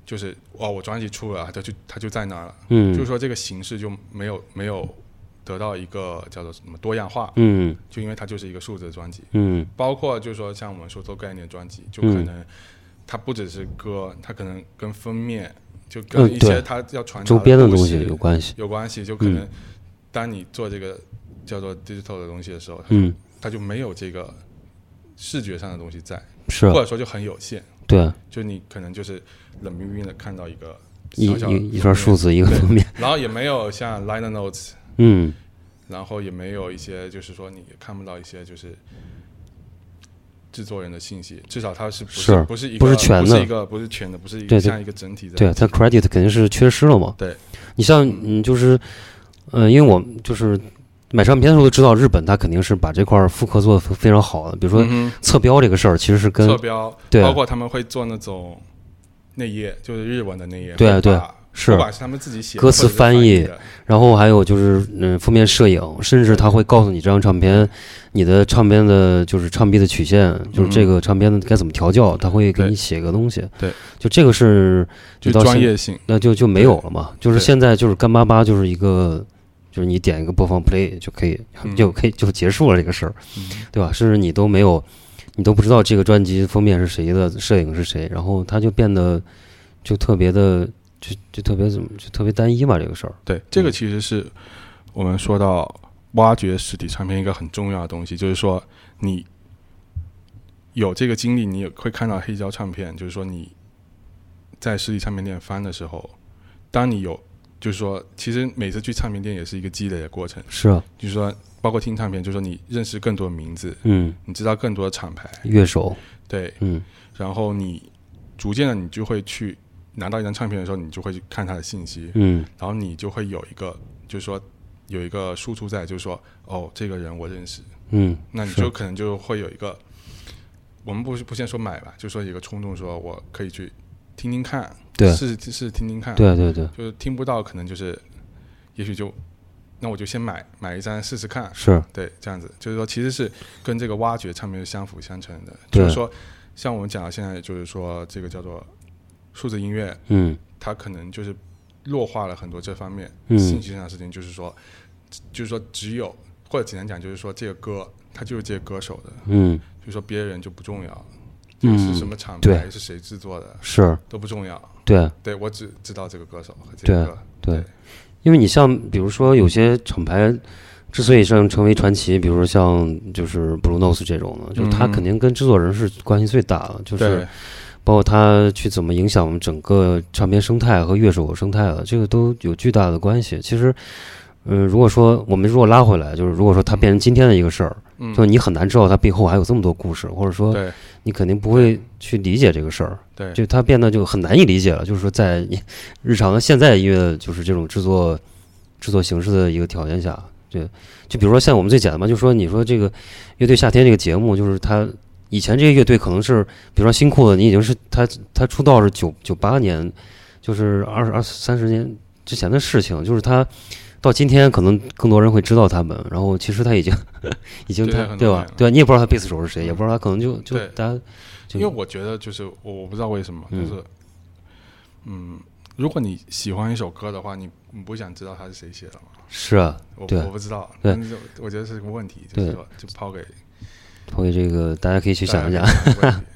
D: 就是哦，我专辑出了，它就它就在那儿了，
C: 嗯
D: 就是说这个形式就没有没有得到一个叫做什么多样化，
C: 嗯
D: 就因为它就是一个数字的专辑，
C: 嗯
D: 包括就是说像我们说做概念专辑，就可
C: 嗯
D: 能它不只是歌，它可能跟封面就
C: 嗯
D: 跟一
C: 对
D: 些它要传达
C: 周边的
D: 的
C: 东西
D: 西
C: 有关系，
D: 有关系，
C: 嗯
D: 就可能当你做这个叫做 digital 的东西的时候，它就
C: 嗯
D: 它就没有这个视觉上的东西在，
C: 是啊
D: 或者说就很有限。
C: 对啊
D: 就你可能就是冷冰冰的看到一个
C: 一
D: 小小的
C: 一一串数字一个
D: 对
C: 封面，
D: 然后也没有像 liner notes，
C: 嗯
D: 然后也没有一些就是说你也看不到一些就是制作人的信息，至少它是不
C: 是
D: 不是一个
C: 不是全的
D: 不是一个不是全的，不是一
C: 对对
D: 个像一个整体的
C: 对，啊它 credit 肯定是缺失了嘛。
D: 对，
C: 你像嗯，就是嗯，因为我就是买唱片的时候都知道，日本它肯定是把这块儿复刻做的非常好的，比如说
D: 嗯
C: 侧标这个事儿，其实是
D: 哼
C: 跟
D: 侧标，
C: 对
D: 包括他们会做那种内页，就是日文的内页，
C: 对
D: 会把
C: 对
D: 会
C: 是，
D: 把他们自己写的
C: 歌词
D: 或者是
C: 翻
D: 翻
C: 译
D: 的，
C: 然后还有就是嗯，封面摄影，甚至他会告诉你这张唱片，你的唱片的就是唱臂的曲线，就是这个唱片的该怎么调教，他会给你
D: 嗯对
C: 写个东西。
D: 对，
C: 就这个是
D: 就
C: 到
D: 专
C: 现
D: 业性，
C: 那就就没有了嘛。就是
D: 对
C: 现在就是干巴巴就是一个，就是你点一个播放 play 就可以，
D: 嗯
C: 就可以就结束了这个事儿，
D: 嗯
C: 对吧？甚至你都没有，你都不知道这个专辑封面是谁的，摄影是谁，然后它就变得就特别的。就就特别怎么就特别单一嘛，这个事儿，
D: 对，这个其实是我们说到挖掘实体唱片一个很重要的东西，就是说你有这个经历，你也会看到黑胶唱片，就是说你在实体唱片店翻的时候，当你有，就是说，其实每次去唱片店也是一个积累的过程，
C: 是啊，
D: 就是说，包括听唱片，就是说你认识更多名字，
C: 嗯，
D: 你知道更多的厂牌，
C: 乐手，
D: 对，
C: 嗯，
D: 然后你逐渐的你就会去拿到一张唱片的时候，你就会去看它的信息，
C: 嗯，
D: 然后你就会有一个，就是说有一个输出在，就是说哦，这个人我认识，
C: 嗯，
D: 那你
C: 是
D: 就可能就会有一个，我们不是不先说买吧，就说有一个冲动，说我可以去听听看，
C: 对
D: 试试听听看，，
C: 对对对，
D: 就是听不到，可能就是也许就那我就先买买一张试试看，
C: 是，
D: 对，这样子就是说，其实是跟这个挖掘唱片是相辅相成的。
C: 对
D: 就是说，像我们讲到现在，就是说这个叫做数字音乐，
C: 嗯
D: 它可能就是弱化了很多这方面
C: 嗯
D: 信息上的事情。就是说，就是说只有或者简单讲，就是说这个歌它就是这个歌手的，
C: 嗯，
D: 就是说别人就不重要，这个
C: 嗯
D: 是什么厂
C: 对
D: 牌是谁制作的
C: 是，
D: 都不重要。
C: 对
D: 对我只知道这个歌手和这个歌，
C: 对，因为你像比如说有些厂牌之所以像成为传奇，比如说像就是 Blue Nose 这种的，就是他
D: 嗯
C: 肯定跟制作人是关系最大的，就是
D: 对
C: 包括他去怎么影响整个唱片生态和乐手生态的，这个都有巨大的关系。其实。嗯，如果说我们如果拉回来，就是如果说它变成今天的一个事儿，
D: 嗯
C: 就你很难知道它背后还有这么多故事，或者说
D: 对
C: 你肯定不会去理解这个事儿，
D: 对
C: 就它变得就很难以理解了。就是说，在日常的现在音乐就是这种制作制作形式的一个条件下，对，就比如说像我们最简单嘛，就说你说这个乐队夏天这个节目，就是它以前这些乐队可能是，比如说新裤子，你已经是他他出道是九九八年，就是二二三十年之前的事情，就是他。到今天，可能更多人会知道他们。然后，其实他已经， [laughs] 已经
D: 对
C: 他
D: 很多
C: 对吧
D: 年了？
C: 对啊，你也不知道他贝斯手是谁，也不知道他可能就就
D: 对
C: 大家就
D: 因为我觉得就是我我不知道为什么，就
C: 嗯
D: 是嗯，如果你喜欢一首歌的话，你你不想知道它是谁写的吗？
C: 是啊，
D: 我
C: 对
D: 我不知道，
C: 对
D: 但是我觉得是个问题，就是说就抛给
C: 抛给这个大家可以去
D: 大
C: 想
D: 家
C: 一想。
D: 这个问题
C: [laughs]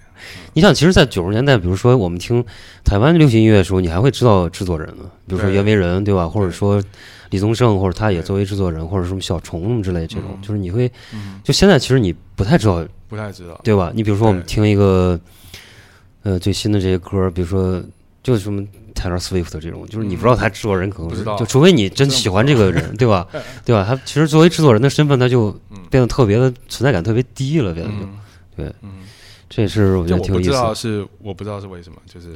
C: 你想，其实，在九十年代，比如说我们听台湾流行音乐的时候，你还会知道制作人呢，比如说
D: 对
C: 袁惟仁，对吧？或者说李宗盛，或者他也
D: 对
C: 作为制作人，或者什么小虫之类这种，
D: 嗯
C: 就是你会
D: 嗯，
C: 就现在其实你不太知道，
D: 不太知道，
C: 对吧？你比如说我们
D: 嗯对
C: 听一个呃最新的这些歌，比如说就是什么 Taylor Swift 这种，就是你不知道他制作人可能
D: 嗯不
C: 是
D: 知道
C: 就除非你真喜欢这个人，对
D: [laughs]
C: 吧？对吧？他其实作为制作人的身份，他就
D: 嗯
C: 变得特别的存在感特别低了，变得就
D: 嗯，
C: 对，
D: 嗯，
C: 这也是我觉
D: 就
C: 得
D: 我
C: 挺有
D: 不
C: 意
D: 知
C: 思
D: 道
C: 的。
D: 是我不知道是为什么，就是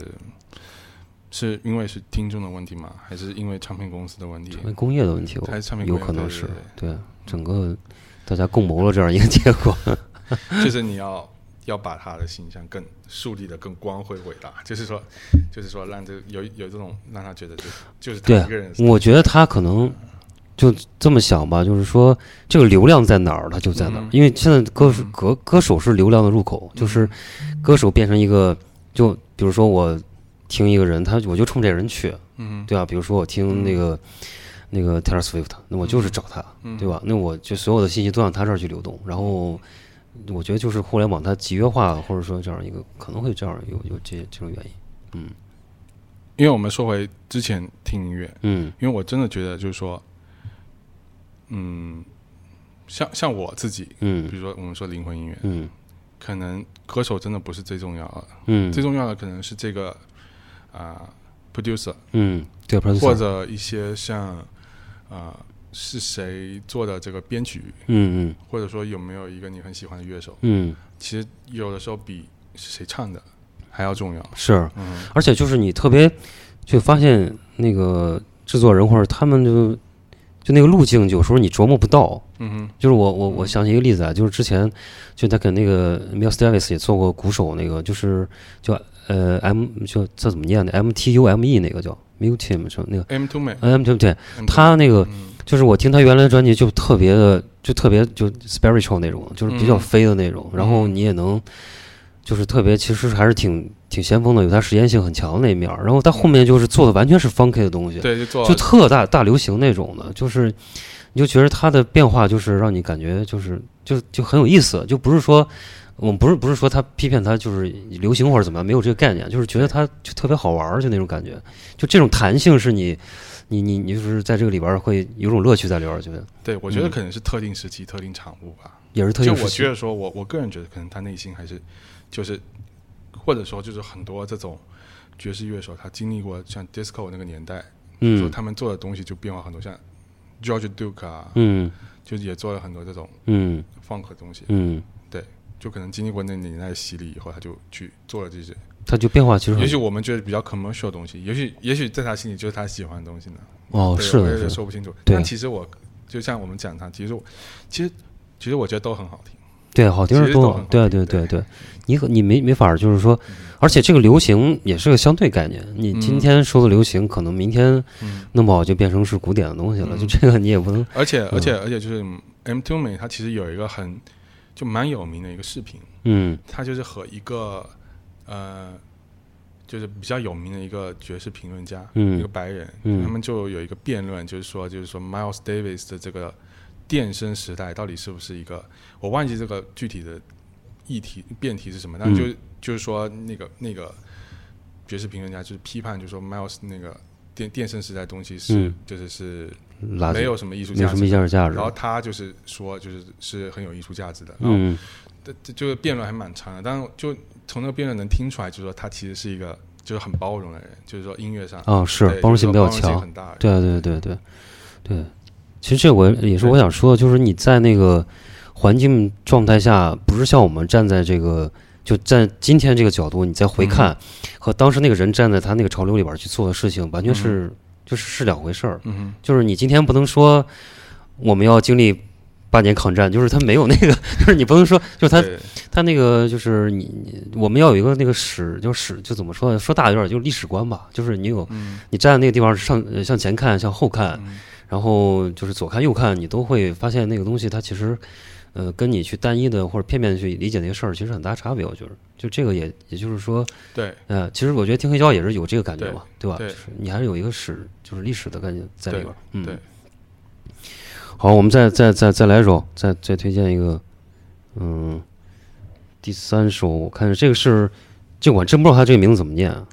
D: 是因为是听众的问题吗？还是因为唱片公司的问题？
C: 工业的问题，我
D: 还是唱片
C: 有
D: 公司
C: 可能
D: 对
C: 是
D: 对对
C: 对整个大家共谋了这样一个结果。 [laughs]
D: 就是你要要把他的形象更树立的更光辉伟大， [laughs] 就是说，就是说让这有有这种让他觉得就是就是他
C: 对啊
D: 一个人，
C: 我觉得他可能就这么想吧，就是说这个流量在哪儿，他就在哪儿
D: 嗯。
C: 因为现在歌手
D: 嗯
C: 歌歌手是流量的入口，就是歌手变成一个，就比如说我听一个人，他我就冲这人去，
D: 嗯
C: 对吧？比如说我听那个那个 Taylor Swift，那我就是找他，
D: 嗯
C: 对吧？那我就所有的信息都往他这儿去流动，然后我觉得就是互联网它集约化，或者说这样一个可能会这样有有这这种原因。
D: 因为我们说回之前听音乐，
C: 嗯
D: 因为我真的觉得就是说，嗯，像像我自己，
C: 嗯
D: 比如说我们说灵魂音乐，
C: 嗯
D: 可能歌手真的不是最重要的，
C: 嗯
D: 最重要的可能是这个啊、producer
C: 嗯，对，
D: 或者一些像啊、是谁做的这个编曲，
C: 嗯
D: 或者说有没有一个你很喜欢的乐手，
C: 嗯嗯，
D: 其实有的时候比是谁唱的还要重要。
C: 是，
D: 嗯，
C: 而且就是你特别就发现那个制作人或者他们就就那个路径，有时候你琢磨不到。
D: 嗯哼，
C: 就是我我我想起一个例子啊，就是之前就他跟那个 Miles Davis 也做过鼓手那个，就是叫呃 M 就这怎么念的 M T U M E 那个叫 Mutim 什么那个
D: M to Me，
C: M 对不对？他那个
D: 嗯
C: 就是我听他原来的专辑就特别的就特别就 spiritual 那种，就是比较
D: 嗯
C: 飞的那种，然后你也能。就是特别，其实还是挺挺先锋的，有它实验性很强的那一面儿。然后他后面就是做的完全是 funky 的东西，
D: 对，就做
C: 就特大大流行那种的，就是你就觉得它的变化就是让你感觉就是就就很有意思，就不是说我们不是不是说他批评他就是流行或者怎么样，没有这个概念，就是觉得它就特别好玩儿，就那种感觉，就这种弹性是你你你你就是在这个里边儿会有种乐趣在里边儿，觉得
D: 对，我觉得
C: 嗯
D: 可能是特定时期、特定产物吧。
C: 也是嗯特
D: 就
C: 有
D: 我觉得说，我我个人觉得，可能他内心还是就是，或者说就是很多这种爵士乐手，他经历过像 disco 那个年代，说
C: 嗯
D: 他们做的东西就变化很多，像 George Duke 啊，
C: 嗯
D: 就也做了很多这种
C: 嗯
D: funk 的东西，
C: 嗯，
D: 就可能经历过那年代的洗礼以后，他就去做了这些。
C: 它就变化其实
D: 也
C: 很
D: 许我们觉得比较 commercial 的东西，也许也许在他心里就是他喜欢的东西呢。
C: 哦
D: 对
C: 是
D: 我
C: 的
D: 也
C: 是的
D: 说不清楚。
C: 对
D: 但其实我就像我们讲他，其实我其实其实我觉得都很好听。
C: 对，好听
D: 其
C: 是
D: 实都很
C: 多
D: 好，
C: 对
D: 听
C: 对
D: 对
C: 对对，你和你没没法儿，就是说，而且这个流行也是个相对概念，你今
D: 嗯
C: 天说的流行，可能明天
D: 嗯，
C: 弄不好就变成是古典的东西了，就
D: 嗯
C: 这个你也不能，
D: 而且而且而且就是嗯 M Two 美，它其实有一个很就蛮有名的一个视频，
C: 嗯
D: 它就是和一个呃就是比较有名的一个爵士评论家，
C: 嗯
D: 一个白人，
C: 嗯
D: 他们就有一个辩论，就是说就是说 Miles Davis 的这个电声时代到底是不是一个，我忘记这个具体的议题辩题是什么，但
C: 嗯
D: 就、就是说那个那个爵士评论家就是批判，就是说 Miles 那个电电声时代东西是、
C: 嗯
D: 就是是
C: 拉
D: 没
C: 没
D: 有什么艺术
C: 有
D: 价
C: 什
D: 值
C: 么
D: 的
C: 艺。术价值
D: 然，后他就是说，就是是很有艺术价值的。然后
C: 嗯
D: 这这就是辩论还蛮长的，但是就从那个辩论能听出来，就是说他其实是一个就是很包容的人，就是说音乐上
C: 啊是
D: 对
C: 包容
D: 就是
C: 性比
D: 说
C: 较
D: 包容性
C: 强，
D: 很大的。
C: 对对对对对，其实这我也是
D: 对
C: 我想说的，就是你在那个环境状态下，不是像我们站在这个就站今天这个角度，你再回看、和当时那个人站在他那个潮流里边去做的事情，完全是、就是是两回事儿。
D: 嗯哼，
C: 就是你今天不能说我们要经历八年抗战，就是他没有那个， [laughs] 就是你不能说，就是他
D: 对
C: 他那个就是你，你我们要有一个那个史，就史就怎么说呢？说大有点就是历史观吧，就是你有、
D: 嗯
C: 你站在那个地方上呃向前看，向后看，
D: 嗯
C: 然后就是左看右看，你都会发现那个东西它其实，呃，跟你去单一的或者片面地去理解那个事儿，其实很大差别。我觉得，就这个也也就是说，
D: 对
C: 呃，其实我觉得听黑胶也是有这个感觉嘛，对吧？
D: 对
C: 就是你还是有一个史，就是历史的概念在里边儿。嗯，
D: 对。
C: 好，我们再再再再来一首，再再推荐一个，嗯，第三首，我看这个是，这我还真不知道他这个名字怎么念啊。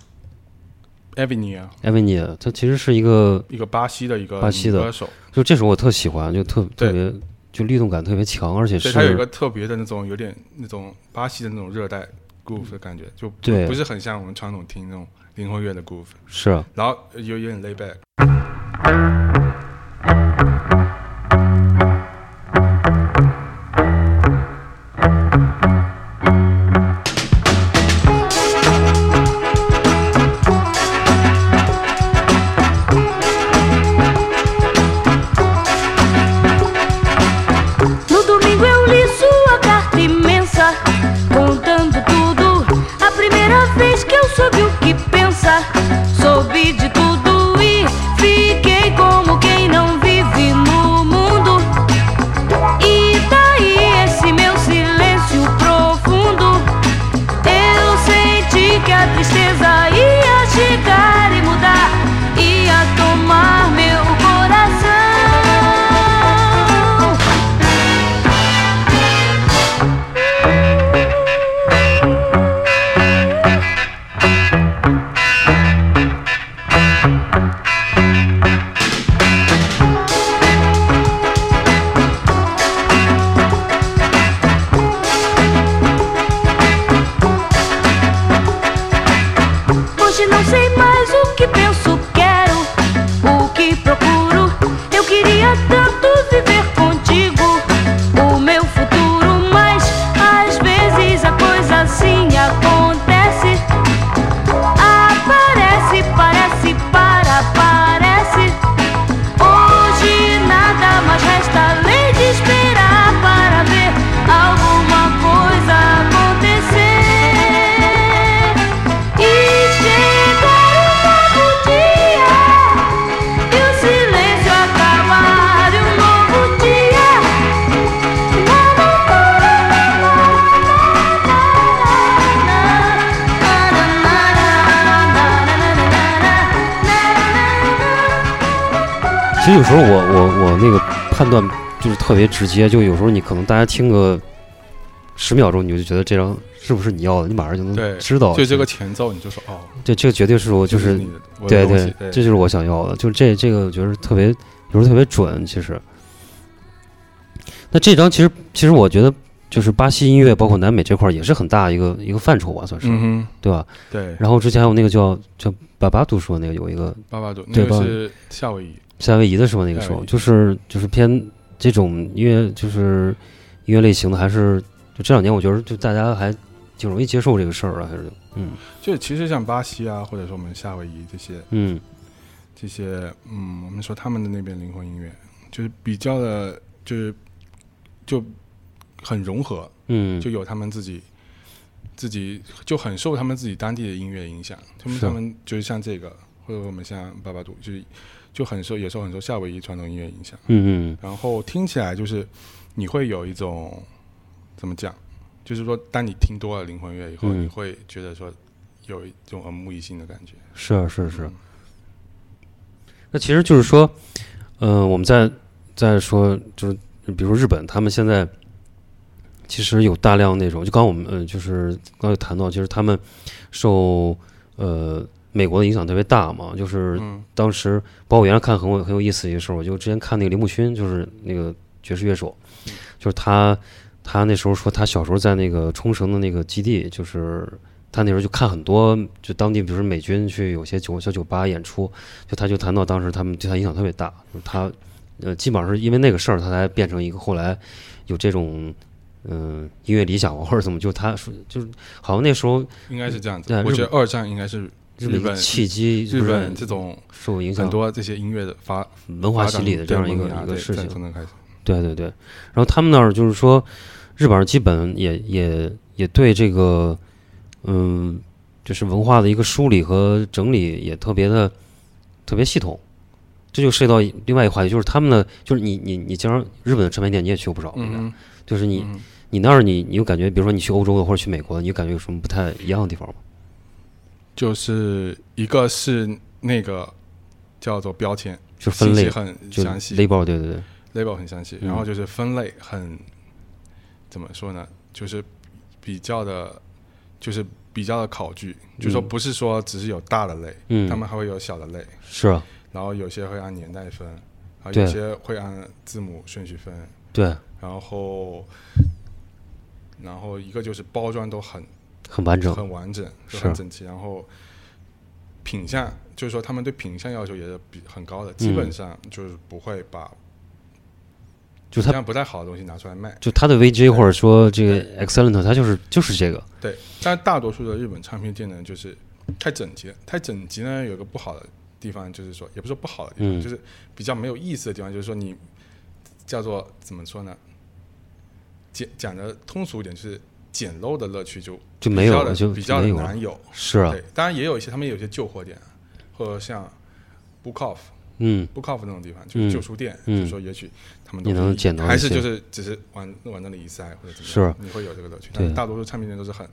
D: ，Avenir
C: 艾维尼，他其实是一个，
D: 啊一个巴西的一个
C: 巴西的
D: 女歌手，
C: 就这首我特喜欢，就特
D: 对
C: 特别，就律动感特别强，而且是
D: 所
C: 嗯
D: 以她有一个特别的那种有点那种巴西的那种热带 groove 的感觉，就不
C: 对
D: 不是很像我们传统听那种灵魂乐的 groove，
C: 是啊
D: 然后有有点 lay back。
F: No domingo eu li sua carta imensa, contando tudo. A primeira vez que eu soube o que pensa, soube de tudo e fiquei como quem não vive no mundo. E daí esse meu silêncio profundo. Eu senti que a tristeza ia chegar e mudar, ia tomar meu coração. Hoje não sei mais o que penso, quero, o que procuro. Eu queria tanto assim um um
C: 实有时候我我我那个判断就是特别直接，就有时候你可能大家听个十秒钟，你就觉得这张是不是你要的，你马上就
D: 对
C: 能嗯知道。
D: 就这个前奏，你就说哦，
C: 这这个绝对是我就
D: 这
C: 是
D: 你的我
C: 对
D: 的东西
C: 这
D: 对
C: 就是我想要的。就是这这个，我觉得特别，有时候特别准。其实，那这张其实其实我觉得就是巴西音乐，包括南美这块儿也是很大一个一个范畴吧，算是、
D: 嗯
C: 对吧？
D: 哼，对，
C: 然后之前还有那个叫叫巴巴杜说那个有一个
D: 巴巴多那
C: 对
D: 个
C: 吧
D: 是夏威夷，
C: 夏威夷的时候，那个时
D: 夏威
C: 候
D: 夷
C: 就是就是偏这种音乐，就是音乐类型的，还是就这两年我觉得就大家还挺容易接受这个事儿了，还是嗯
D: 就其实像巴西啊，或者说我们夏威夷这些
C: 嗯
D: 这些，嗯，我们说他们的那边灵魂音乐，就是比较的，就是就很融合，
C: 嗯，
D: 就有他们自己自己就很受他们自己当地的音乐影响，他们
C: 是
D: 他们就是像这个，或者我们像巴巴杜，就是就很受也受很受夏威夷传统音乐影响，
C: 嗯嗯
D: 然后听起来就是你会有一种怎么讲，就是说当你听多了灵魂乐以后，
C: 嗯
D: 你会觉得说有一种耳目一新的感觉，
C: 是啊是啊是啊。那其实就是说，嗯、我们在在说就是比如说日本，他们现在其实有大量那种，就刚我们嗯、呃就是刚有谈到，就是他们受呃美国的影响特别大嘛，就是
D: 嗯
C: 当时包括我原来看很有很有意思一个事儿，我就之前看那个林木勋，就是那个爵士乐手，就是他他那时候说他小时候在那个冲绳的那个基地，就是他那时候就看很多就当地，比如说美军去有些酒小酒吧演出，就他就谈到当时他们对他影响特别大，就是他呃基本上是因为那个事儿，他才变成一个后来有这种。嗯，音乐理想或者怎么，就他说，就是好像那时候
D: 应该是这样子
C: 对啊。
D: 我
C: 日
D: 觉得二战应该是
C: 日
D: 日
C: 本
D: 本
C: 契机，
D: 日
C: 不是
D: 本这种
C: 受影响
D: 很多这些音乐的发
C: 文
D: 发
C: 化洗
D: 展
C: 礼的这样一个
D: 对
C: 一个事情。
D: 从那开始，
C: 对对对，然后他们那儿就是说，日本人基本也也也对这个，嗯，就是文化的一个梳理和整理也特别的特别系统。这就涉及到另外一个话题，就是他们的，就是你你你经常日本的唱片店你也去过不少，应该
D: 嗯
C: 就是你
D: 嗯
C: 你那儿你你有感觉，比如说你去欧洲的或者去美国的，你有感觉有什么不太一样的地方吗？
D: 就是一个是那个叫做标签，
C: 就是分类
D: 信息，很
C: 就
D: 详细
C: label，对对对，
D: ，label 很详细，
C: 嗯
D: 然后就是分类很怎么说呢，就是比较的，就是比较的考据，就说不是说只是有大的类，
C: 嗯
D: 他们还会有小的类，
C: 是啊，
D: 然后有些会按年代分，然后
C: 对
D: 有些会按字母顺序分，
C: 对，
D: 然后然后一个就是包装都很
C: 很完整，
D: 很完整，就是很整齐。然后品相，就是说他们对品相要求也是比很高的，基本上就是不会把
C: 就是
D: 品
C: 它
D: 相不太好的东西拿出来卖。
C: 就它的 VJ 或者说这个 excellent，它就是就是这个，
D: 对，但大多数的日本唱片店呢，就是太整齐了。太整齐呢，有个不好的地方，就是说也不是说不好的地方，
C: 嗯
D: 就是比较没有意思的地方，就是说你叫做怎么说呢？简讲的通俗一点，就是简陋的乐趣就
C: 就没有了
D: 比较的
C: 就
D: 比较的
C: 没有了
D: 难有。
C: 是啊，
D: 对，当然也有一些，他们也有一些旧货店啊，或者像 Bookoff、
C: 嗯，
D: Bookoff 那种地方，就是旧书店，
C: 嗯
D: 就是说也许他们
C: 你能
D: 都是
C: 捡到一
D: 还是
C: 些
D: 就是只是往往那里一塞或者怎么
C: 是
D: 样，你会有这个乐趣。
C: 对
D: 但大多数唱片店都是很，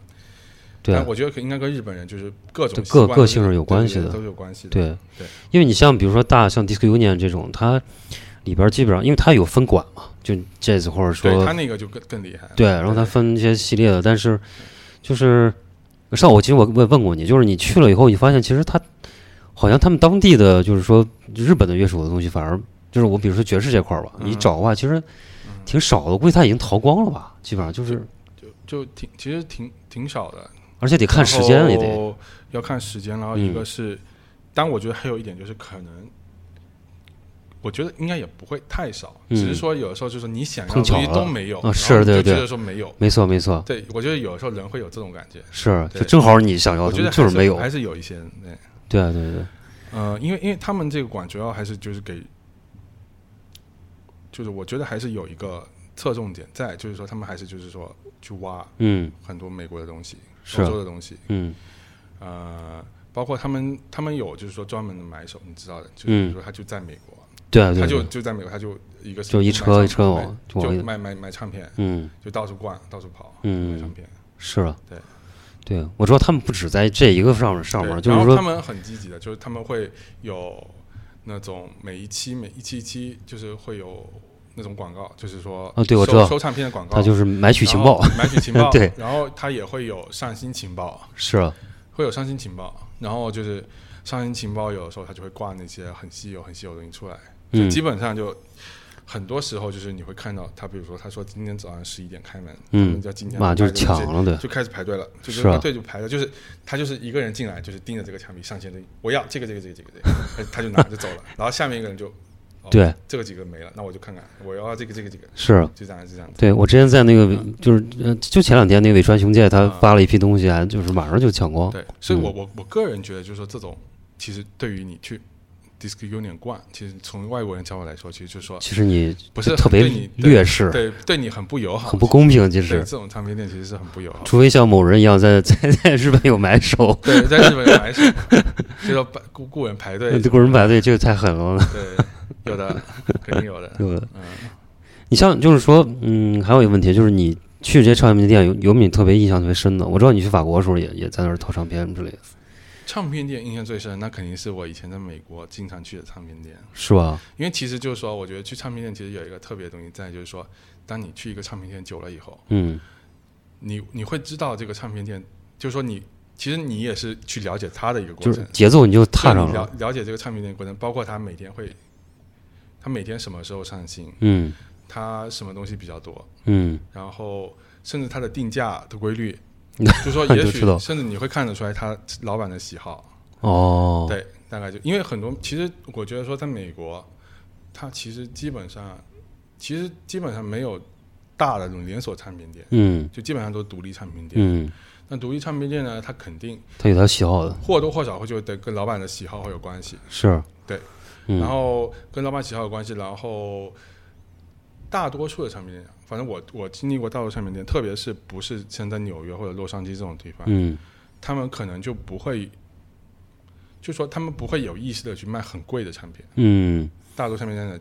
C: 对啊
D: 但我觉得可应该跟日本人就是各种
C: 对
D: 习惯
C: 个
D: 都
C: 个
D: 是
C: 性是有关系的
D: 对都是有关系的。
C: 对
D: 对，
C: 因为你像比如说大像 Disco Union 这种，它里边儿基本上因为它有分管嘛，就 Jazz 或者
D: 对，他
C: 说
D: 那个就更更厉害了。
C: 对，然后它
D: 对
C: 分一些系列的，但是就是上我其实我我也问过你，就是你去了以后，你发现其实它好像他们当地的就是说日本的乐手的东西，反而就是我比如说爵士这块儿吧，
D: 嗯
C: 你找的话其实挺少的，估计他已经逃光了吧，基本上就是，
D: 就挺其实挺挺少的，
C: 而且得看时间也得，
D: 得要看时间，然后
C: 嗯
D: 一个是，但我觉得还有一点就是可能，我觉得应该也不会太少，
C: 嗯
D: 只是说有的时候就是你想要的
C: 碰巧
D: 东西
C: 了
D: 都没有，
C: 啊
D: 然后
C: 是
D: 你
C: 对
D: 就
C: 对
D: 觉得说没有。
C: 没错没错，
D: 对，我觉得有的时候人会有这种感觉，
C: 是
D: 对
C: 就正好你想要
D: 我
C: 的
D: 觉
C: 东西
D: 得
C: 哦就
D: 还
C: 是没有，
D: 还是有一些人
C: 对
D: 对，
C: 啊对对对，
D: 呃，因为因为他们这个馆主要还是就是给，就是我觉得还是有一个侧重点在，就是说他们还是就是说去挖
C: 嗯
D: 很多美国的东西、
C: 是
D: 欧洲的东西，
C: 嗯
D: 呃，包括他们他们有就是说专门的买手，你知道的，就是
C: 嗯
D: 比如说他就在美国，
C: 对啊对
D: 他
C: 啊对
D: 就
C: 啊。
D: 就在美国，他就一个
C: 就一车
D: 买
C: 一车往
D: 买
C: 就往一
D: 就买买买唱片，
C: 嗯，
D: 就到处逛，到处跑，
C: 嗯
D: 买唱片。
C: 是啊，
D: 对，
C: 对，我知道他们不止在这一个上面上面，
D: 对
C: 啊就
D: 然
C: 是
D: 后他
C: 说，
D: 们很积极的，就是他们会有那种每一期每一期一期就是会有那种广告，就是说
C: 啊对我
D: 收
C: 知道
D: 收唱片的广告，
C: 他就是买取情报
D: 然，后买取情
C: [laughs]
D: 报，
C: 对
D: 然后它也会有上新情报，
C: 是啊，
D: 会有上新情报，然后就是上新情报有的时候它就会挂那些很稀有、很稀有的东西出来，就
C: 嗯
D: 基本上就。很多时候就是你会看到他，比如说他说今天早上十一点开门，
C: 嗯
D: 叫今天
C: 妈就
D: 买这个东西
C: 抢了的
D: 就开始排队了，就是
C: 啊
D: 对，就排了，就是他就是一个人进来，就是盯着这个墙壁上线的，我要这个这个这个这个这个，他就拿着走
C: [laughs]
D: 了，然后下面一个人就，哦
C: 对，
D: 这个几个没了，那我就看看，我要这个这个这个，
C: 是啊。
D: 就这样就这样子，
C: 对，我之前在那个
D: 嗯
C: 就是呃，就前两天那个尾川雄介他发了一批东西，还啊就是马上就抢光。
D: 对，所以我我我个人觉得就是说这种，其实对于你去 Disc Union 逛，其实从外国人角度来说，其实就是说
C: 其实你
D: 不是
C: 特别
D: 对你
C: 劣势，
D: 对对你很不友好，
C: 很不公平，其
D: 对
C: 实
D: 这。种唱片店其实是很不友好的。
C: 除非像某人一样在在在日本有买手，
D: 对，在日本买手， [laughs] 就说排雇雇人排
C: [laughs]
D: 队，
C: 雇人排队，这个太狠了。
D: 对，有的肯定有的，
C: 对吧？
D: 嗯。
C: 你像就是说，嗯，还有一个问题就是你去这些唱片店有有没有你特别印象特别深的？我知道你去法国的时候也也在那儿淘唱片之类的，
D: 唱片店印象最深，那肯定是我以前在美国经常去的唱片店。
C: 是吧？
D: 因为其实就是说，我觉得去唱片店其实有一个特别的东西在，就是说，当你去一个唱片店久了以后，
C: 嗯，
D: 你你会知道这个唱片店，就是说你其实你也是去了解它的一个过
C: 就
D: 程
C: 是，节奏你就踏
D: 就
C: 上
D: 你了
C: 了，
D: 了解这个唱片店的过程，包括它每天会，它每天什么时候上新，
C: 嗯
D: 它什么东西比较多，
C: 嗯，
D: 然后甚至它的定价的规
C: [laughs]
D: 律，就是说也
C: 就
D: 许
C: 知道
D: 甚至你会看得出来它老板的喜好。
C: 哦，
D: 对，大概就因为很多，其实我觉得说，在美国，它其实基本上，其实基本上没有大的那种连锁唱片店，
C: 嗯
D: 就基本上都是独立唱片店。
C: 嗯，
D: 那独立唱片店呢，它肯定
C: 他有他喜好的，
D: 或多或少会就得跟老板的喜好会有关系，
C: 是，
D: 对，
C: 嗯
D: 然后跟老板喜好有关系，然后。大多数的唱片店，反正我我经历过大多数唱片店，特别是不是像在纽约或者洛杉矶这种地方，
C: 嗯
D: 他们可能就不会，就说他们不会有意识的去卖很贵的唱片，
C: 嗯，
D: 大陆唱片站的，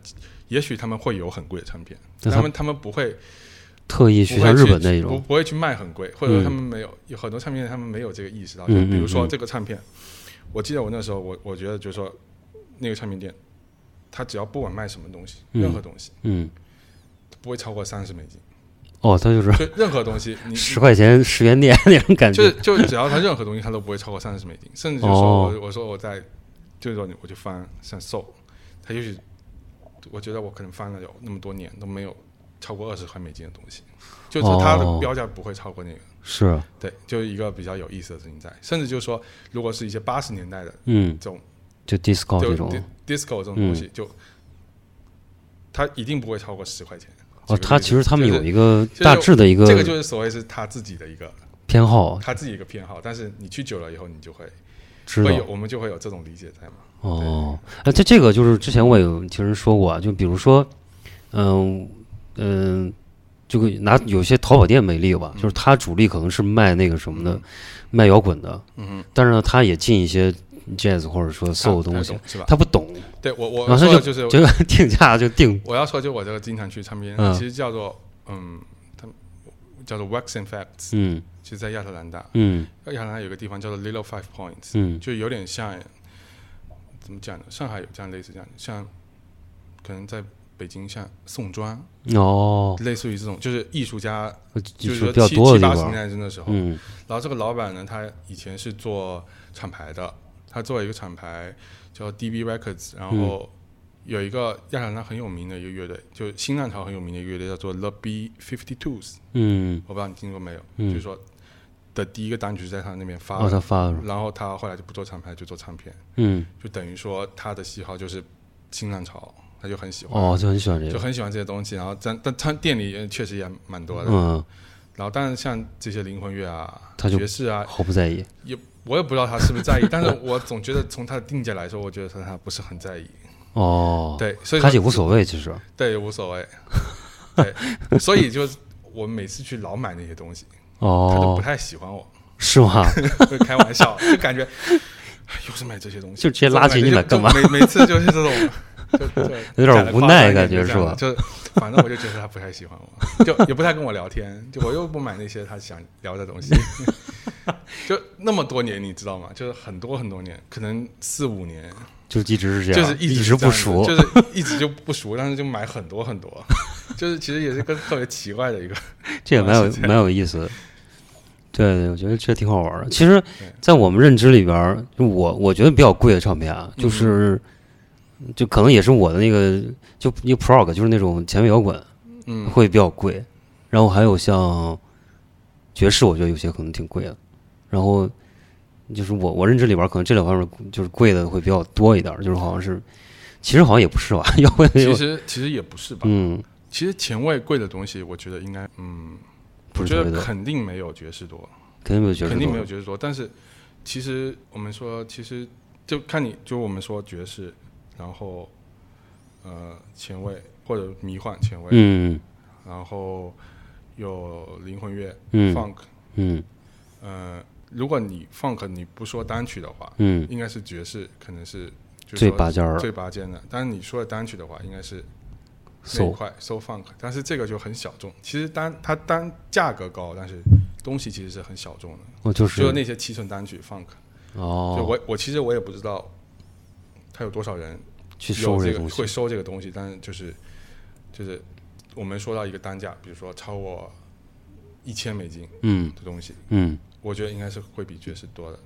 D: 也许他们会有很贵的唱片，
C: 那
D: 但
C: 他
D: 他们他们不会
C: 特意
D: 不
C: 去
D: 会
C: 像日
D: 去
C: 本那
D: 不
C: 种，
D: 不会去卖很贵，或者
C: 嗯
D: 说他们没有有很多唱片店他们没有这个意识到，就
C: 嗯
D: 比如
C: 嗯
D: 说
C: 嗯
D: 这个唱片，我记得我那时候我我觉得就是说那个唱片店，他只要不管卖什么东西，
C: 嗯
D: 任何东西
C: 嗯，
D: 不会超过三十美金，
C: 哦，他就是 [laughs]
D: 就任何东西你
C: 十块钱十元店那种感
D: 就
C: 觉
D: 是，就只要他任何东西他都不会超过三十美金，甚至就是
C: 哦
D: 说我我说我在就是说我就翻像 Soul，他也许我觉得我可能翻了有那么多年都没有超过二十块美金的东西，就是说它
C: 哦
D: 的标价不会超过那个。
C: 是，
D: 对，就是一个比较有意思的事情在，甚至就是说，如果是一些八十年代的
C: 嗯
D: 这，种，
C: 就 disco 哦
D: 就
C: 这
D: di-
C: 种，嗯
D: disco 这种东西，就它一定不会超过十块钱。
C: 哦，
D: 举个
C: 他
D: 例子
C: 其实他们
D: 就是
C: 有一个
D: 就是
C: 大致的一
D: 这个就是所谓是他自己的一个
C: 偏好，
D: 他自己一个偏好，但是你去久了以后，你就会
C: 知道
D: 会有我们就会有这种理解在嘛。
C: 哦，哎，这这个就是之前我有听人说过啊，就比如说，嗯嗯，就给拿有些淘宝店为例吧，
D: 嗯
C: 就是它主力可能是卖那个什么的，卖摇滚的，嗯，但是呢，它也进一些 jazz 或者说 soul 的东西
D: 懂，啊是吧
C: 他不懂，
D: 对我我
C: 然后
D: 说
C: 他
D: 的就是
C: 这个 [laughs] 定价就定，
D: 我要说就我这个经常去唱片，
C: 嗯
D: 其实叫做嗯，他们叫做 Wax and Facts，
C: 嗯
D: 其实在亚特兰大，
C: 嗯
D: 亚特兰大有个地方叫做 Little Five Points，
C: 嗯
D: 就有点像，怎么讲呢？上海有这样类似这样，像可能在北京像宋庄，
C: 哦，
D: 类似于这种，就是艺术家，
C: 就
D: 就是是
C: 比较
D: 说七
C: 多
D: 七
C: 的地
D: 八十
C: 方
D: 年，代那时候，
C: 嗯
D: 然后这个老板呢，他以前是做厂牌的，他做了一个厂牌叫 DB Records，然
C: 嗯
D: 后有一个亚特兰大很有名的一个乐队，就是新浪潮很有名的一个乐队叫做 The B Fifty Twos，
C: 嗯，
D: 我不知道你听过没有，
C: 嗯
D: 就是说的第一个单曲是在他那边发
C: 哦，
D: 的，
C: 他发了，
D: 然后他后来就不做厂牌，就做唱片，
C: 嗯，
D: 就等于说他的喜好就是新浪潮，他就很喜欢，
C: 哦，就很喜欢这
D: 就
C: 个，
D: 很喜欢这些东西。然后但但他店里也确实也蛮多的。
C: 嗯，
D: 然后当然像这些灵魂乐啊、
C: 他就
D: 爵士啊，
C: 毫不在意，
D: 也我也不知道他是不是在意， [laughs] 但是我总觉得从他的定价来说，我觉得他不是很在意。
C: 哦，，
D: 对，所以
C: 他
D: 说
C: 也无所谓，其实，
D: 对无所谓。对，所以就是我每次去老买那些东西，他都
C: 哦
D: 不，太喜欢我，
C: 是吗？ [laughs]
D: [laughs] 就开玩笑，就感觉哎又是买这些东西，
C: 就直接拉
D: 怎么
C: 群你
D: 买
C: 买
D: 这些
C: 干嘛
D: 就每每次就是这种，就就
C: [laughs] 有点无奈感觉是吧
D: 就反正我就觉得他不太喜欢我，就也不太跟我聊天，就我又不买那些他想聊的东西。 [laughs] 就那么多年，你知道吗？就是很多很多年，可能四五年，
C: 就一直是这
D: 就
C: 样，
D: 是
C: 啊一
D: 直
C: 直
D: 这
C: 不
D: 样子
C: 熟，
D: 就是一直就不熟，但是就买很多很多， [laughs] 就是其实也是个特别奇怪的一个， [laughs]
C: 这也蛮有蛮有意思的。对对，我觉得这挺好玩的。其实，在我们认知里边儿，就我我觉得比较贵的唱片啊，
D: 嗯
C: 就是、就可能也是我的那个就一个 prog，就是那种前卫摇滚
D: 嗯，
C: 会比较贵。然后还有像爵士，我觉得有些可能挺贵的。然后就是我我认知里边儿，可能这两方面就是贵的会比较多一点儿，就是好像是其实好像也不是吧， [laughs] 摇滚
D: 其实其实也不是吧，
C: 嗯，
D: 其实前卫贵的东西，我觉得应该，嗯，
C: 不
D: 我
C: 是
D: 觉
C: 特别
D: 得
C: 多，
D: 肯定没有爵士多，
C: 肯定没有爵士
D: 肯定
C: 多
D: 没有爵士多。但是其实我们说，其实就看你就我们说爵士，然后呃前卫或者迷幻前卫，
C: 嗯
D: 然后有灵魂乐、
C: 嗯
D: funk，
C: 嗯
D: 呃，如果你 funk 你不说单曲的话，
C: 嗯，
D: 应该是爵士，可能是就是
C: 最
D: 说
C: 拔尖儿了
D: 最拔尖的。但是你说的单曲的话，应该是那一
C: 搜
D: 块 so funk，但是这个就很小众。其实单它单价格高，但是东西其实是很小众的，
C: 我哦就
D: 就是是那些七寸单曲 funk。就
C: 哦，
D: 我我其实我也不知道，它有多少人
C: 去收
D: 有
C: 这个
D: 这个
C: 东西
D: 会，收这个东西，但是就是就是我们说到一个单价，比如说超过一千美金
C: 嗯
D: 的东西，
C: 嗯，
D: 我觉得应该是会比爵士多的。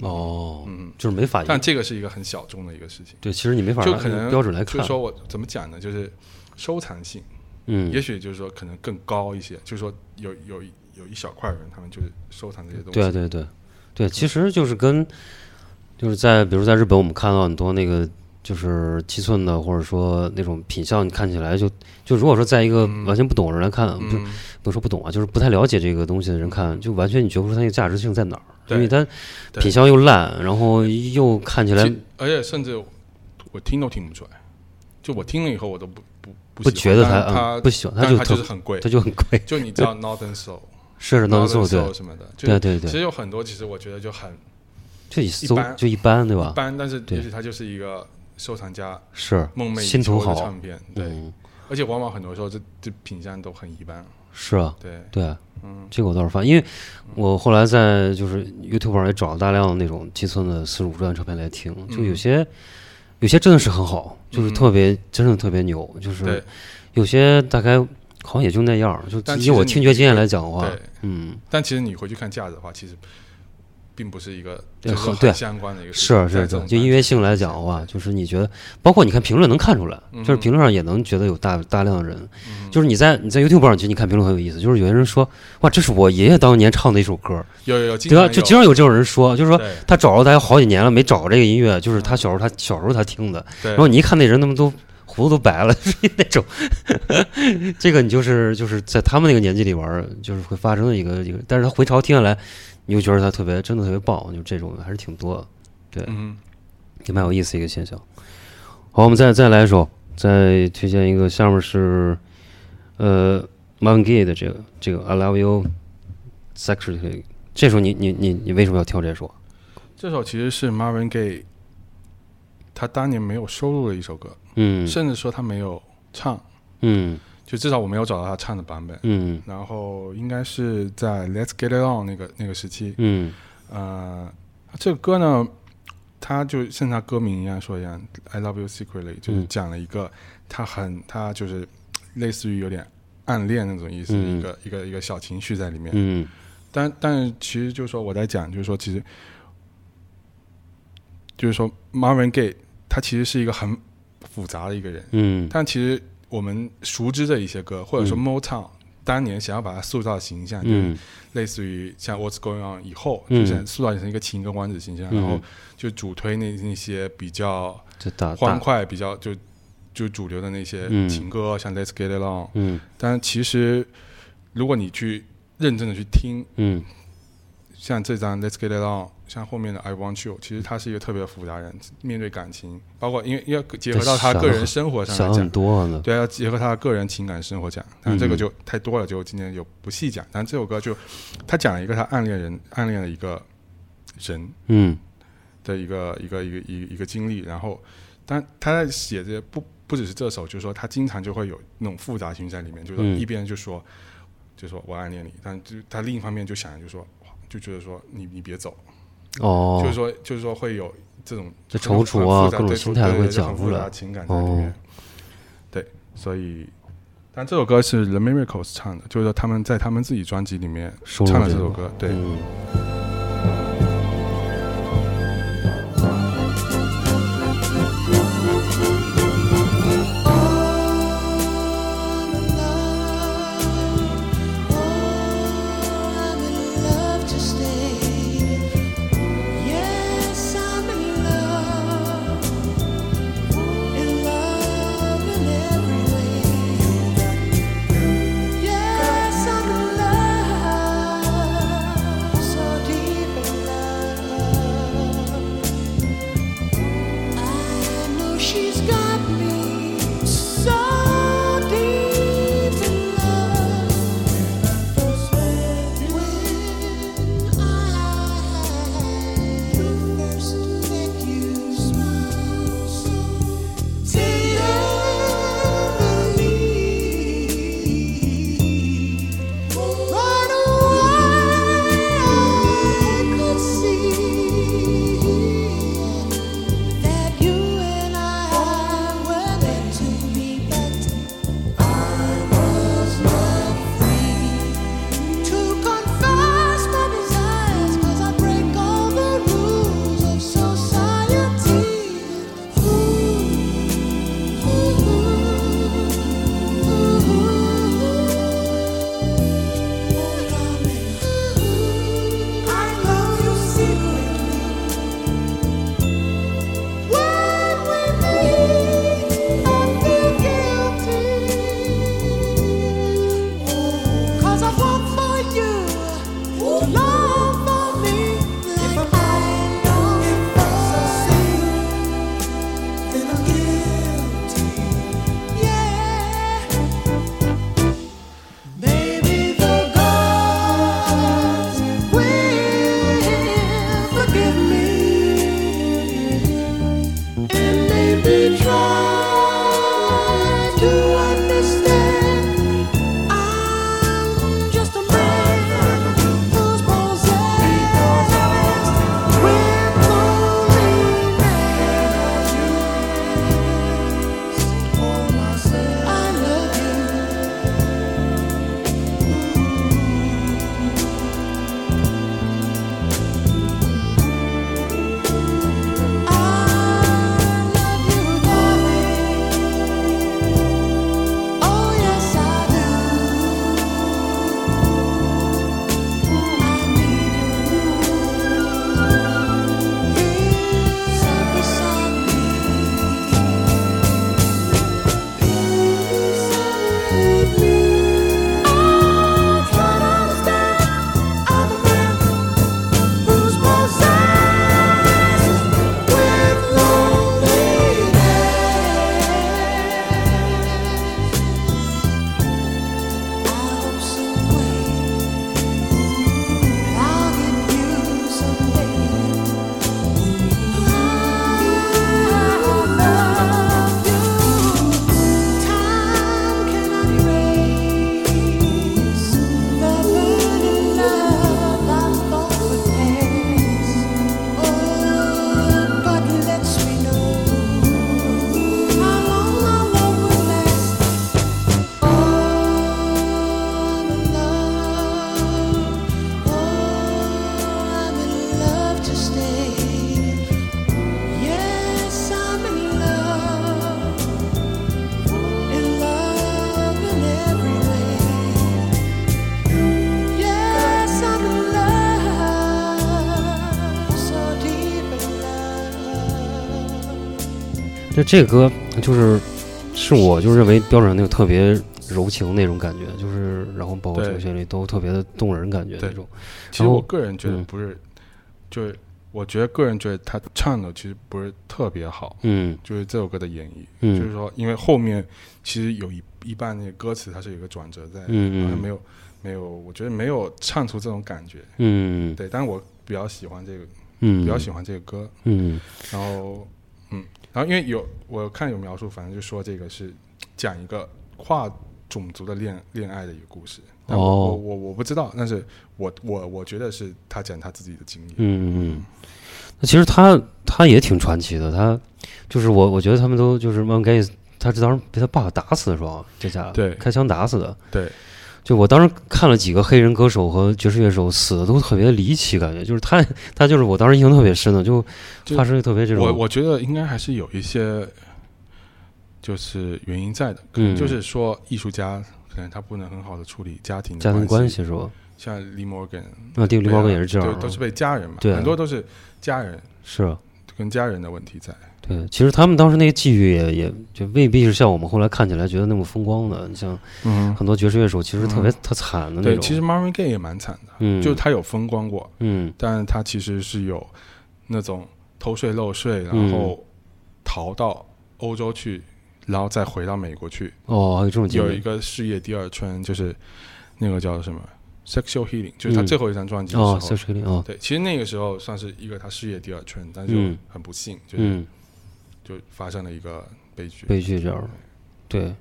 C: 哦，就是没法，
D: 嗯但这个是一个很小众的一个事情。
C: 对，其实你没法
D: 就
C: 拿
D: 可
C: 那个
D: 能
C: 标准来
D: 就是
C: 看，
D: 说我怎么讲呢？就是收藏性，
C: 嗯，
D: 也许就是说可能更高一些，就是说有有一有一小块人，他们就是收藏这些东西。
C: 对啊对对对，其实就是跟就是在比如在日本，我们看到很多那个就是七寸的，或者说那种品相，你看起来就就如果说在一个完全不懂的人来看，不是
D: 嗯，
C: 不是说不懂啊，就是不太了解这个东西的人看，就完全你觉不出它那个价值性在哪儿，因为
D: 对
C: 它
D: 对
C: 品相又烂，然后又看起来
D: 其而且甚至我听都听不出来，就我听了以后我都不不不
C: 不
D: 喜
C: 觉
D: 欢
C: 得它
D: 但它
C: 嗯不喜欢，它
D: 但
C: 就
D: 它就是
C: 特
D: 很贵
C: 它，就很贵，
D: 就你知道 Northern Soul、
C: 是的，能做
D: Northern
C: 对。
D: Soul 什么的，就
C: 对对
D: 其
C: 对，
D: 实有很多，其实我觉得就很
C: 就一搜
D: 般
C: 就一般，对
D: 一
C: 吧？
D: 般，但是
C: 啊对
D: 也许它就是一个收藏家
C: 是
D: 梦寐以
C: 心头
D: 求
C: 好
D: 的唱，片，对，
C: 嗯，
D: 而且往往很多时候这这品相都很一般，
C: 是啊，
D: 对，
C: 对，
D: 嗯
C: 这个我倒是发现，因为我后来在就是 YouTube 上也找了大量的那种七寸的四十五转唱片来听，就有
D: 嗯
C: 些有些真的是很好，就是
D: 嗯
C: 特别真的特别牛，就
D: 对
C: 是有些大概好像也就那样儿，就
D: 但
C: 以
D: 其实
C: 我
D: 你
C: 听觉经验来讲的话
D: 对，。
C: 嗯，
D: 但其实你回去看价值的话，其实并不是一个
C: 对
D: 就是
C: 很对
D: 相关的一个事
C: 是啊
D: 情
C: 是
D: 在这
C: 是，
D: 种
C: 就音乐性来讲的话，就是你觉得，包括你看评论能看出来，
D: 嗯
C: 就是评论上也能觉得有大大量的人，就是你在你在 YouTube 上去，你看评论很有意思，就是有些人说，哇，这是我爷爷当年唱的一首歌，
D: 有有有，经
C: 对啊，
D: 常
C: 就
D: 有
C: 经常有这种人说，就是说
D: 对
C: 他找了大家好几年了，没找着这个音乐，就是他小时候他小时候他听的，
D: 对
C: 然后你一看那人，他们都胡子都白了， [laughs] 就是那种，这个你就是就是在他们那个年纪里玩儿，就是会发生的一个一个，但是他回潮听下来，你就觉得他特别真的特别棒，就这种还是挺多的。
D: 嗯
C: 也蛮有意思的一个现象。好，我们再再来一首，再推荐一个，下面是呃 m a n g a y 的这个这个 I Love You Sexually。这首你你你你为什么要挑这首？
D: 这首其实是 Marvin Gaye 他当年没有收录的一首歌，
C: 嗯
D: 甚至说他没有唱，
C: 嗯
D: 就至少我没有找到他唱的版本。
C: 嗯
D: 然后应该是在 Let's Get It On 那个那个时期，
C: 嗯
D: 呃，这个歌呢，它就像它歌名一样说一样，I love you secretly，就是
C: 嗯
D: 讲了一个他很他就是类似于有点暗恋那种意思，
C: 嗯
D: 一个一个一个小情绪在里面。
C: 嗯
D: 但但其实就是说我在讲，就是说其实就是说 Marvin Gaye 他其实是一个很复杂的一个人，
C: 嗯
D: 但其实我们熟知的一些歌，或者说
C: 嗯
D: Motown、当年想要把他塑造的形象，就是
C: 嗯
D: 类似于像 What's Going On 以后，
C: 嗯
D: 就是塑造成一个情歌王子形象，
C: 嗯
D: 然后就主推那那些比较
C: 这大
D: 欢
C: 大
D: 快、比较就就主流的那些
C: 嗯
D: 情歌，像 Let's Get It On。
C: 嗯
D: 但其实如果你去认真的去听，
C: 嗯
D: 像这张 Let's Get It On，像后面的 I Want You，其实他是一个特别复杂人，面对感情，包括因为要结合到他
C: 想
D: 个
C: 得
D: 人生活上
C: 想
D: 来
C: 很
D: 讲，
C: 多呢。
D: 对，要结合他的个人情感生活讲，但这个就太多了，就今天就不细讲。但这首歌就他讲了一个他暗恋人、暗恋的一个人
C: 嗯
D: 的一个一个一个一个一个经历，然后但他在写这不不只是这首，就是说他经常就会有那种复杂情绪在里面，就是说
C: 嗯
D: 一边就说、就说我暗恋你，但就他另一方面就想就说哇就觉得说你你别走，
C: 哦，
D: 就是说就是说会有这种
C: 这踌躇啊
D: 很复
C: 各
D: 杂
C: 种
D: 对
C: 心态
D: 对
C: 会
D: 对就很
C: 搅
D: 复
C: 出
D: 杂
C: 来
D: 的情感在里面。
C: 哦
D: 对，所以，但这首歌是 The Miracles 唱的，就是说他们在他们自己专辑里面
C: 收录
D: 唱了
C: 这
D: 这首
C: 首
D: 歌。对，
C: 嗯
G: She's got me so deep in love. That you and I were meant to be, but was not free to confess my desires, 'cause I break all the rules of society. I love you secretly. When we meet, I feel guilty. Cause I want for you, love for me. If I know you first, then I'm guilty. Yeah, maybe the gods will forgive me. And maybe try to understand I'm just a man who's possessed with loneliness. I love you. I love you, darling. Oh yes I do. I need you here beside me. Please leave me. I can't understand. I'm a man who's possessed with loneliness. I hope someday I'll get you someday. love you. Time cannot erase the burden of our forgetfulness. Oh, but let me know how long our love will last. Oh love, oh I'm in love to stay. Yes, I'm in love, in love in every way. Yes, I'm in love, so deep in love.
C: 这这个歌就是是我就认为标准那个特别柔情那种感觉，就是然后包括这个
D: 对
C: 旋律都特别的动人感觉那
D: 对
C: 种。
D: 其实
C: 然后
D: 我个人觉得
C: 嗯
D: 不是，就是我觉得个人觉得他唱的其实不是特别好，
C: 嗯
D: 就是这首歌的演绎，
C: 嗯
D: 就是说，因为后面其实有一一半那个歌词它是有一个转折在，
C: 嗯
D: 好像
C: 嗯
D: 没有没有，我觉得没有唱出这种感觉。
C: 嗯
D: 对，但是我比较喜欢这个，
C: 嗯，
D: 比较喜欢这个歌，
C: 嗯。
D: 然后然后因为有我看有描述，反正就说这个是讲一个跨种族的恋恋爱的一个故事。但我
C: 哦
D: 我我我不知道，但是我我我觉得是他讲他自己的经历。
C: 嗯嗯，那其实他他也挺传奇的，他就是我我觉得他们都就是 m o n g a y 他这当时被他爸打死的是吧？这家伙
D: 对
C: 开枪打死的。
D: 对，
C: 就我当时看了几个黑人歌手和爵士乐手死的都特别离奇，感觉就是他他就是我当时印象特别深的，就
D: 就
C: 发生特别这种
D: 我我觉得应该还是有一些就是原因在的，可
C: 嗯
D: 能就是说艺术家可能他不能很好的处理家庭的
C: 家庭
D: 关
C: 关，系是吧？
D: 像 Lee Morgan，
C: 那蒂利
D: 对啊
C: 摩根也是这样啊，
D: 对，都是被家人嘛，
C: 对啊
D: 很多都是家人
C: 是啊
D: 跟家人的问题在。
C: 对，其实他们当时那个际遇也也就未必是像我们后来看起来觉得那么风光的。你像
D: 嗯，
C: 很多爵士乐手，其实特别特惨的那
D: 对，
C: 种。
D: 其实 Marvin Gaye 也蛮惨的，
C: 嗯，
D: 就是他有风光过，
C: 嗯
D: 但他其实是有那种偷税漏税，
C: 嗯
D: 然后逃到欧洲去，然后再回到美国去，
C: 哦，还有这种经
D: 有一
C: 历
D: 个事业第二春，就是那个叫什么 Sexual Healing，就是他
C: 嗯
D: 最后一张专辑的
C: 哦，
D: 时
C: 小
D: 候。
C: 水里啊，哦
D: 对，其实那个时候算是一个他事业第二春，但
C: 嗯
D: 是很不幸，就是
C: 嗯，
D: 就发生了一个悲剧。
C: 悲剧这样的。对，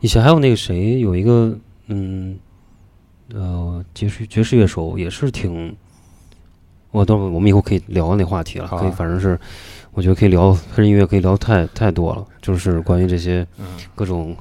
C: 以前还有那个谁，有一个嗯呃爵士爵士乐手也是挺，我等会儿我们以后可以聊那话题了，
D: 好啊
C: 可以反正是我觉得可以聊黑人音乐，可以聊太太多了，就是关于这些。
D: 嗯，
C: 各种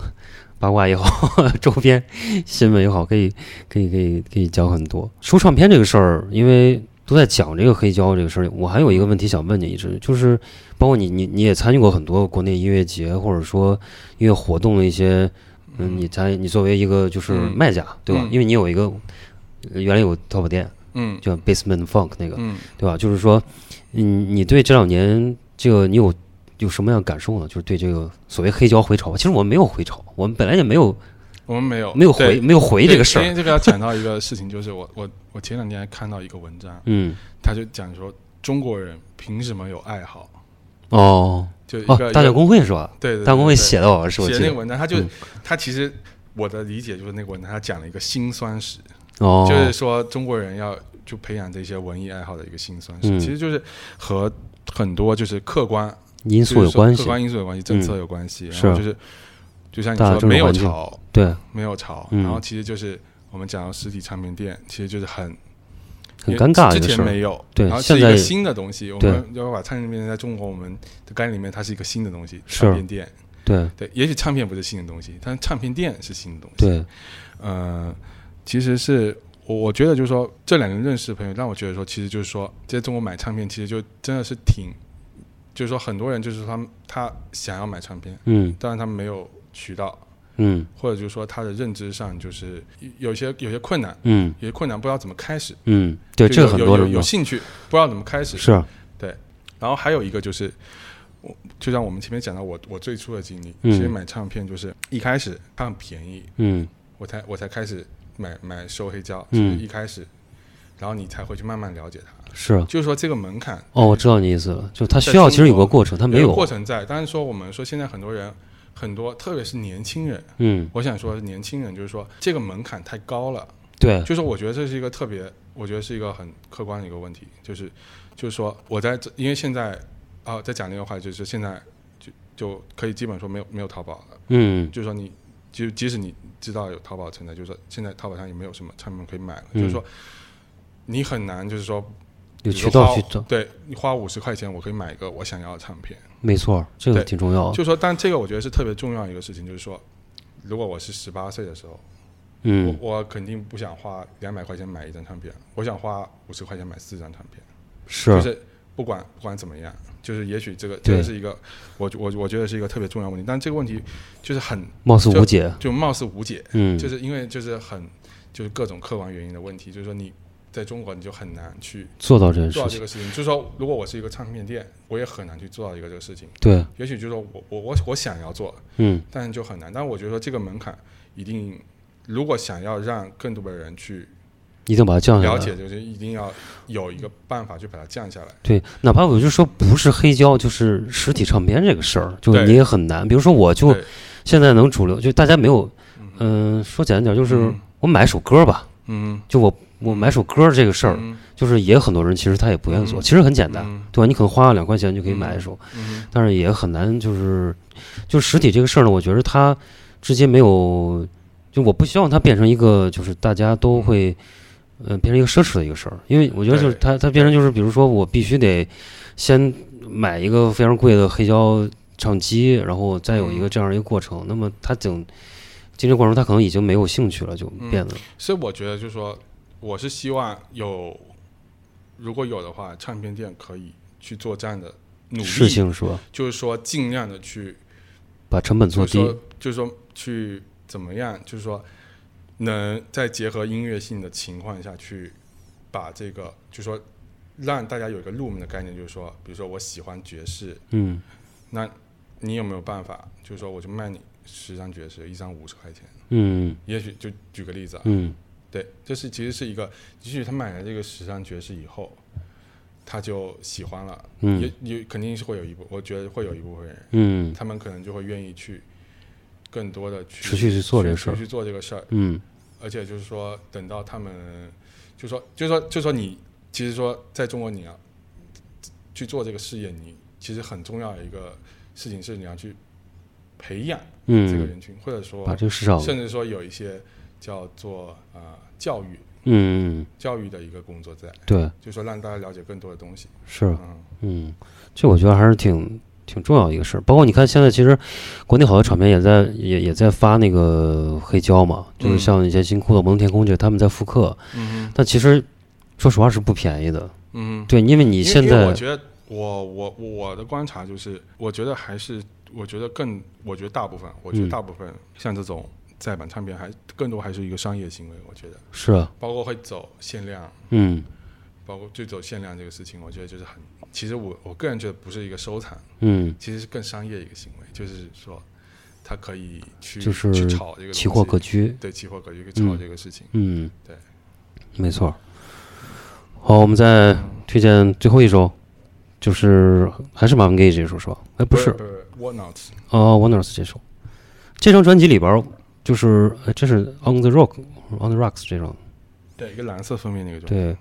C: 八卦也好， [laughs] 周边新闻也好，可以可以可以可以讲很多。收唱片这个事儿，因为都在讲这个黑胶这个事儿，我还有一个问题想问你，一直就是包括你你你也参与过很多国内音乐节或者说音乐活动的一些，嗯，你参与你作为一个就是
D: 嗯
C: 卖家、对吧？
D: 嗯
C: 因为你有一个呃原来有淘宝店
D: 嗯
C: 叫 Basement Funk 那个，
D: 嗯，
C: 对吧？就是说，嗯，你对这两年这个你有有什么样的感受呢？就是对这个所谓黑胶回潮吧，其实我们没有回潮，我们本来也没有
D: 我们没有
C: 没有
D: 对
C: 回没有回这个事
D: 因为
C: 儿。
D: 这个要讲到一个事情，就是我我我前两天还看到一个文章，
C: 嗯，
D: 他就讲说中国人凭什么有爱好？
C: 哦
D: 就一个、
C: 哦，大
D: 家
C: 家工会是吧？
D: 对对对
C: 大家工会
D: 对
C: 写的好像是我
D: 写
C: 记
D: 那个
C: 得
D: 文章，他就、
C: 嗯
D: 他其实我的理解就是那个文章他讲了一个辛酸史，
C: 哦，
D: 就是说中国人要就培养这些文艺爱好的一个辛酸史，
C: 嗯
D: 其实就是和很多就是客观
C: 因素有关
D: 就是说
C: 系
D: 客，观因素有关系，政策有关系，
C: 嗯
D: 然后就是就像你
C: 大
D: 说
C: 众
D: 没有
C: 环境
D: 潮，
C: 对，
D: 没有潮，
C: 嗯
D: 然后其实就是我们讲到实体唱片店，其实就是很
C: 很尴尬啊
D: 之
C: 这个事
D: 前没
C: 儿。
D: 有，
C: 对
D: 然后
C: 现
D: 是一
C: 在
D: 个新的东西，我
C: 对
D: 们要把唱片店在中国我们的概念里面，它是一个新的东西，
C: 是
D: 唱片店。
C: 对
D: 对，也许唱片不是新的东西，但是唱片店是新的东西。，
C: 对，
D: 呃，其实是我我觉得就是说，这两个人认识的朋友让我觉得说，其实就是说，在中国买唱片，其实就真的是挺，就是说很多人就是说他们他想要买唱片，
C: 嗯
D: 但是他们没有渠道，
C: 嗯
D: 或者就是说他的认知上就是有些有些困难，
C: 嗯
D: 有些困难不知道怎么开始。
C: 嗯，对，
D: 就
C: 这
D: 有
C: 个很
D: 有
C: 多
D: 有
C: 人
D: 有
C: 嘛
D: 兴趣，不知道怎么开始。
C: 是，啊
D: 然后还有一个就是，我就像我们前面讲到我我最初的经历，
C: 嗯
D: 其实买唱片就是一开始它很便宜，
C: 嗯
D: 我才我才开始买买收黑胶，
C: 嗯
D: 就是一开始，然后你才会去慢慢了解它。
C: 是。啊
D: 就是说这个门槛
C: 哦，我知道你意思了，就他
D: 在
C: 需要
D: 中
C: 其实有个
D: 国
C: 过程，他没
D: 有
C: 有
D: 个。过程在，但是说我们说现在很多人很多，特别是年轻人，
C: 嗯，
D: 我想说年轻人就是说这个门槛太高了。
C: 对，
D: 就是我觉得这是一个特别，我觉得是一个很客观的一个问题，就是就是说我在这因为现在啊，在讲那个话，就是现在就就可以基本说没有没有淘宝了，
C: 嗯
D: 就是说你就即使你知道有淘宝存在，就是说现在淘宝上也没有什么产品可以买了，
C: 嗯
D: 就是说你很难就是说
C: 有
D: 比如
C: 渠
D: 说
C: 道
D: 花
C: 去找，
D: 对你花五十块钱我可以买一个我想要的唱片，
C: 没错，这个
D: 对
C: 挺重要的。
D: 就是说但这个我觉得是特别重要的一个事情，就是说如果我是十八岁的时候，
C: 嗯
D: 我，我肯定不想花两百块钱买一张唱片，我想花五十块钱买四张唱片，
C: 是，啊
D: 就是不管不管怎么样，就是也许这个这
C: 嗯对
D: 个是一个，我我我觉得是一个特别重要的问题，但这个问题就是很
C: 貌似无解。
D: 就貌似无解，
C: 嗯，
D: 就是因为就是很就是各种客观原因的问题，就是说你在中国你就很难去
C: 做到这件事
D: 做到这
C: 情，
D: 个事情，就是说如果我是一个唱片店，我也很难去做到一个这个事情，
C: 对，
D: 也许就是说我我我我想要做，
C: 嗯
D: 但是就很难。但我觉得说这个门槛一定，如果想要让更多的人去
C: 一定把它降下来。
D: 了解，就是一定要有一个办法去把它降下来。
C: 对，哪怕我就说不是黑胶，就是实体唱片这个事儿，就
D: 对
C: 你也很难。比如说，我就
D: 对
C: 现在呃能主流，就大家没有，嗯、说简单点，就是
D: 嗯
C: 我买首歌吧，
D: 嗯
C: 就我我买首歌这个事儿，就是也有很多人其实他也不愿意做，
D: 嗯
C: 其实很简单
D: 嗯，
C: 对吧？你可能花两块钱就可以买一首，
D: 嗯
C: 但是也很难，就是就实体这个事儿呢，我觉得它之间没有，就我不希望它变成一个就是大家都会，呃，变成一个奢侈的一个事儿，因为我觉得就是
D: 嗯对
C: 它它变成就是比如说我必须得先买一个非常贵的黑胶唱机，然后再有一个这样一个过
D: 嗯
C: 程，那么它整经历过程他可能已经没有兴趣了，就变得
D: 所以我觉得就是说，我是希望有，如果有的话，唱片店可以去做这样的努力，
C: 事情是吧？
D: 就是说尽量的去，
C: 把成本
D: 就
C: 做
D: 是
C: 低，
D: 说就是说去怎么样，就是说能再结合音乐性的情况下去把这个，就是说让大家有一个入门的概念，就是说，比如说我喜欢爵士，
C: 嗯，
D: 那你有没有办法，就是说我就卖你十张爵士，一张五十块钱，
C: 嗯
D: 也许就举个例子啊，
C: 嗯
D: 对，这是其实是一个，也许他买了这个时尚爵士以后，他就喜欢了，
C: 嗯
D: 也也肯定是会有一部，我觉得会有一部分人，
C: 嗯
D: 他们可能就会愿意去更多的去
C: 持续去做这个
D: 持
C: 事儿
D: 续去做这个事儿，
C: 嗯
D: 而且就是说，等到他们，就说就说就说你，其实说在中国你要去做这个事业，你其实很重要的一个事情是你要去培养这个
C: 嗯，
D: 人群，或者说
C: 把这个市场，
D: 甚至说有一些叫做呃教育。
C: 嗯嗯
D: 教育的一个工作在，
C: 对。
D: 就说让大家了解更多的东西。
C: 是，
D: 嗯，
C: 嗯，这我觉得还是挺挺重要的一个事儿。包括你看，现在其实国内好多厂牌也在也也在发那个黑胶嘛，就是
D: 嗯
C: 像一些新酷的《萌天空》这，他们在复刻，
D: 嗯
C: 但其实说实话是不便宜的。
D: 嗯，
C: 对，因为你
D: 因为
C: 现
D: 因为我
C: 在，
D: 觉得我我我的观察就是，我觉得还是我觉得更，我觉得大部分，我觉得
C: 嗯
D: 大部分像这种再版唱片还更多还是一个商业行为，我觉得，
C: 是啊，
D: 包括会走限量。
C: 嗯
D: 包括就走限量这个事情，我觉得就是很，其实我我个人觉得不是一个收藏，
C: 嗯，
D: 其实是更商业一个行为，就是说，它可以去
C: 就是
D: 去炒这个东
C: 奇货
D: 西
C: 可，居，
D: 对，奇货可居去
C: 嗯
D: 炒这个事情，
C: 嗯，
D: 对，
C: 没错。好，我们再推荐最后一首，就是还是马文 Gaye 这首是吧？哎，不是，
D: 不是 What Not，
C: 哦、w o n d e r s 这首，这张专辑里边儿就是呃这是 On the Rock On the Rocks 这张，
D: 对，一个蓝色封面那个状态。
C: 对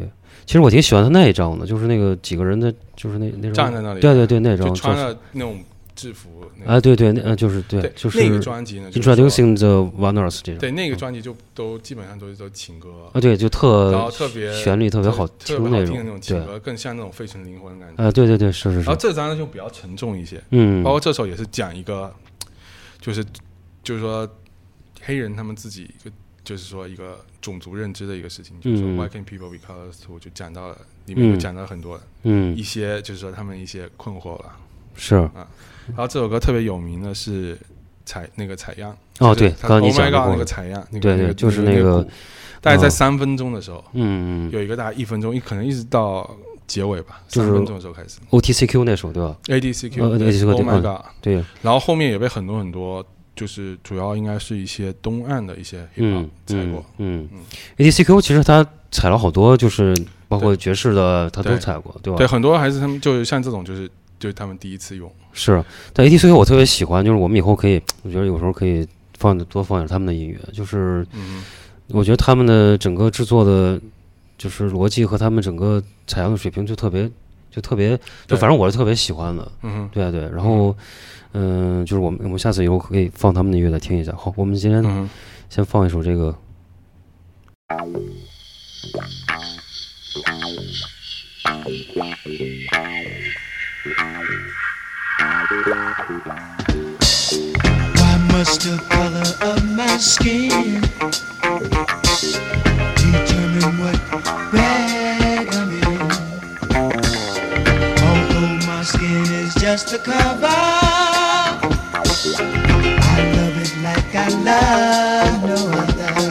C: 对，其实我挺喜欢他那一张的，就是那个几个人的，就是那那张
D: 站在那里
C: 对对对，那张
D: 就穿
C: 就是
D: 了那种制服。那个
C: 啊，对对，那呃就是对，
D: 对，
C: 就是
D: 那个专辑呢就是说
C: Introducing the Wonders 这张，
D: 对那个专辑就都基本上都是都情歌
C: 啊，，对，就
D: 然后
C: 特
D: 特别
C: 旋律特别好
D: 特别
C: 那
D: 好听的
C: 种
D: 那种，
C: 对
D: 情，歌，更像那种费城灵魂的感觉。
C: 啊，对对对，是是
D: 然后
C: 是，
D: 这张呢就比较沉重一些，
C: 嗯
D: 包括这首也是讲一个，就是就是说黑人他们自己一个就是说一个种族认知的一个事情，就是说
C: 嗯
D: Why can people be colored？我就讲到了里面
C: 嗯
D: 就讲到了很多
C: 嗯
D: 一些就是说他们一些困惑吧。
C: 是
D: 然后这首歌特别有名的是采那个采样
C: 哦
D: 就是
C: 对，
D: 它
C: 刚刚你
D: Oh my
C: 讲
D: God
C: 过
D: 那个，采样，那个
C: 对
D: 那
C: 对，
D: 个
C: 就是
D: 那
C: 个
D: 鼓，大概在
C: 嗯
D: 三分钟的时候，
C: 嗯
D: 有一个大概一分钟，一可能一直到结尾吧，
C: 就
D: 三
C: 是
D: 分钟的时候开始
C: ，OTCQ 那首对吧？
D: A D C Q
C: 呃 ADCQ
D: Oh my
C: 嗯
D: God，
C: 对，
D: 然后后面也被很多很多就是主要应该是一些东岸的一些 hip hop
C: 嗯，
D: 采过，
C: 嗯
D: 嗯
C: ，ADCQ 其实他采了好多，就是包括
D: 对
C: 爵士的，他都
D: 对
C: 采过，对吧？
D: 对，很多还是他们就是像这种就是就是他们第一次用，
C: 是，但 ADCQ 我特别喜欢，就是我们以后可以，我觉得有时候可以放多放点他们的音乐，就是
D: 嗯
C: 我觉得他们的整个制作的，就是逻辑和他们整个采样的水平就特别，就特别，就
D: 对
C: 反正我是特别喜欢的。
D: 哼嗯
C: 对啊，对，然后，嗯、就是我们我们下次以后可以放他们的音乐来听一下。好，我们今天
D: 哼嗯哼
C: 先放一首这个。
H: Why must the color of my skin determine what bag I'm in? Although my skin is just a cover, I love it like I love no other.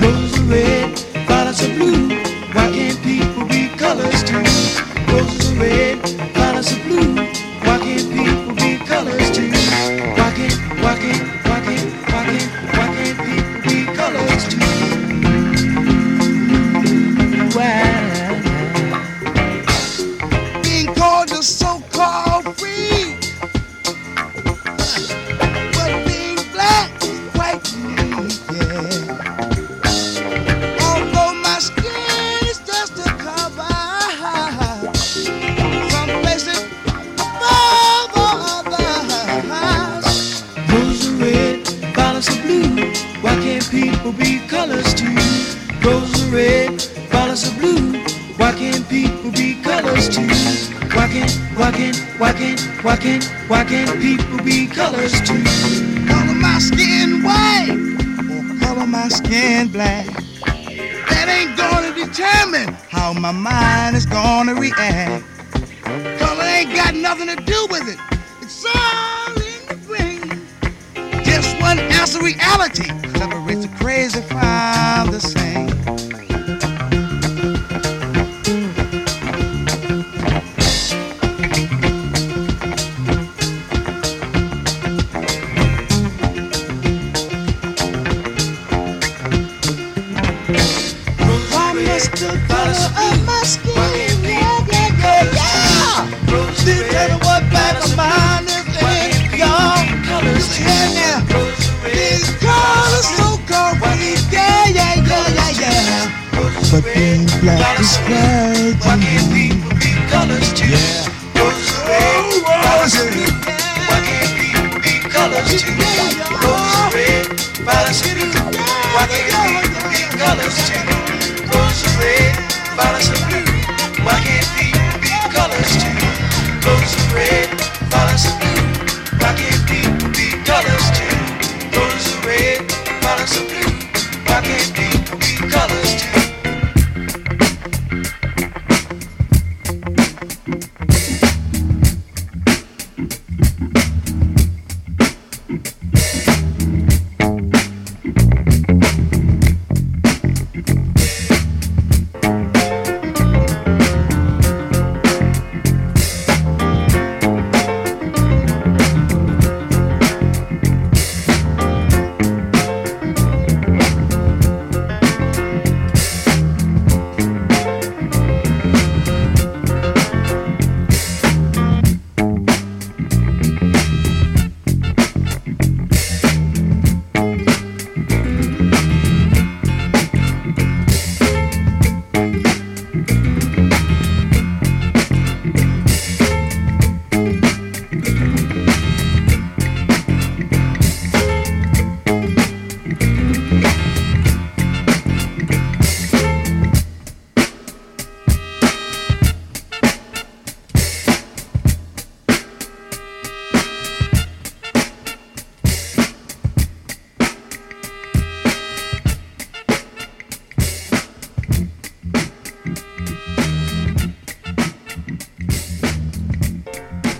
H: Rose are red, violets are blue. Why can't people be colors too? Roses are red, violets are blue. Why can't people be colors too? Why can't, why can't, why can't, why can't, why can't people be colors too? Why? Being called the so-called free
G: can, why can, why can, why can, why can people be colors too? Color my skin white or color my skin black. That ain't gonna determine how my mind is gonna react. Color ain't got nothing to do with it. It's all in the brain. Just one ounce of reality separates the crazy from the sane. Why must the color of my skin yeah, yeah, yeah, yeah. Determine what black of mine is in, y'all. Just hear now. These colors so corny, yeah, yeah, yeah, yeah, yeah. But being black is crazy. Why can't people be colors too? Yeah. Oh, Rosie. Why can't people be colors too? Rose red, violet blue. Why can't people be colors too? Rose red, violet blue. Why can't people be colors too? Rose red, violet blue. Why can't people be colors too? Rose red, violet blue. Why can't people be colors too?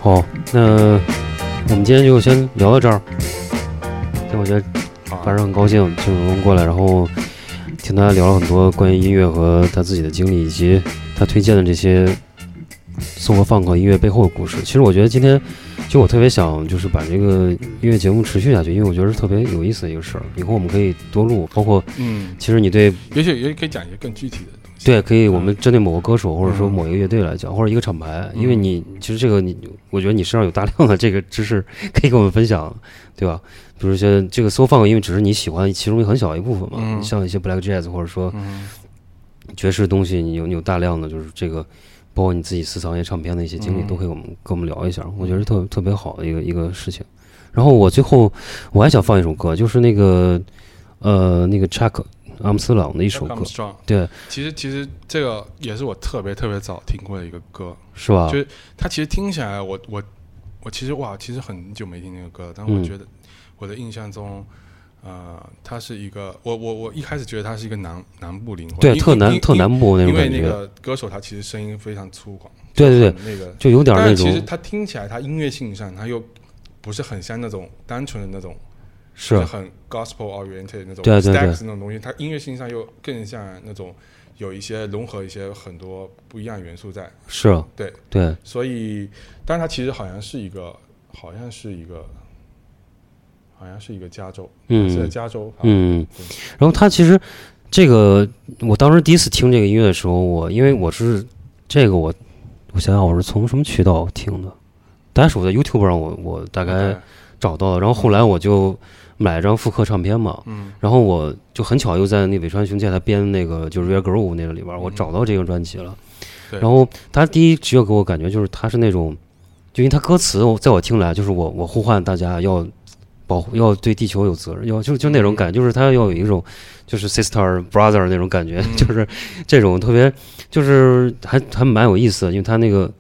C: 好，那我们今天就先聊到这儿。这我觉得
D: 好啊
C: 反正很高兴请荣荣过来，然后听他聊了很多关于音乐和他自己的经历，以及他推荐的这些生活放克音乐背后的故事。其实我觉得今天就我特别想就是把这个音乐节目持续下去，因为我觉得是特别有意思的一个事儿。以后我们可以多录，包括
D: 嗯，
C: 其实你对
D: 也许也许可以讲一些更具体的东西。
C: 对，可以，我
D: 嗯
C: 们针对某个歌手或者说
D: 嗯
C: 某一个乐队来讲，或者一个厂牌，因为
D: 嗯
C: 你其实这个你，我觉得你身上有大量的这个知识可以跟我们分享，对吧？比如说这个 soul funk，因为只是你喜欢其中很小一部分嘛，
D: 嗯
C: 像一些 black jazz 或者说
D: 嗯
C: 爵士东西，你有你有大量的就是这个，包括你自己私藏一些唱片的一些经历，
D: 嗯
C: 都可以我们跟我们聊一下，我觉得是特特别好的一个一个事情。然后我最后我还想放一首歌，就是那个呃那个 Chuck 阿姆斯朗的一首歌，
D: Armstrong，
C: 对，
D: 其实其实这个也是我特别特别早听过的一个歌，
C: 是吧？
D: 就是它其实听起来我我我其实哇，其实很久没听那个歌了，但
C: 嗯
D: 我觉得我的印象中。呃，它是一个，我我我一开始觉得它是一个南南部灵魂，因
C: 对，
D: 为
C: 特
D: 因
C: 南
D: 为
C: 特南部那
D: 因
C: 种
D: 为
C: 感
D: 那
C: 觉，
D: 个歌手他其实声音非常粗犷，
C: 对对对，
D: 很那个，
C: 就有点
D: 但
C: 那
D: 是其实
C: 种
D: 他听起来他音乐性上他又不是很像那种单纯的那种，
C: 是
D: 就是很 gospel oriented 那种
C: 对啊对对
D: stacks 那种东西，它音乐性上又更像那种有一些融合一些很多不一样元素在，
C: 是，
D: 对，
C: 对，
D: 所以，但它其实好像是一个，好像是一个，好像是一个加州，
C: 嗯
D: 是在加州发的，
C: 嗯，然后他其实这个，我当时第一次听这个音乐的时候，我因为我是这个我我想想我是从什么渠道听的，当时我在 YouTube 上我我大
D: 大
C: 概找到了，然后后来我就买了张复刻唱片嘛，
D: 嗯
C: 然后我就很巧又在那尾川雄介他编的那个就是《Real Groove》那个里边儿，我
D: 嗯
C: 找到这个专辑了。
D: 对
C: 然后他第一直觉给我感觉就是他是那种，就因为他歌词我在我听来就是我我呼唤大家要保护，要对地球有责任，要就就那种感觉，就是他要有一种就是 sister brother 那种感觉，
D: 嗯
C: 就是这种特别就是还还蛮有意思的，因为他那个。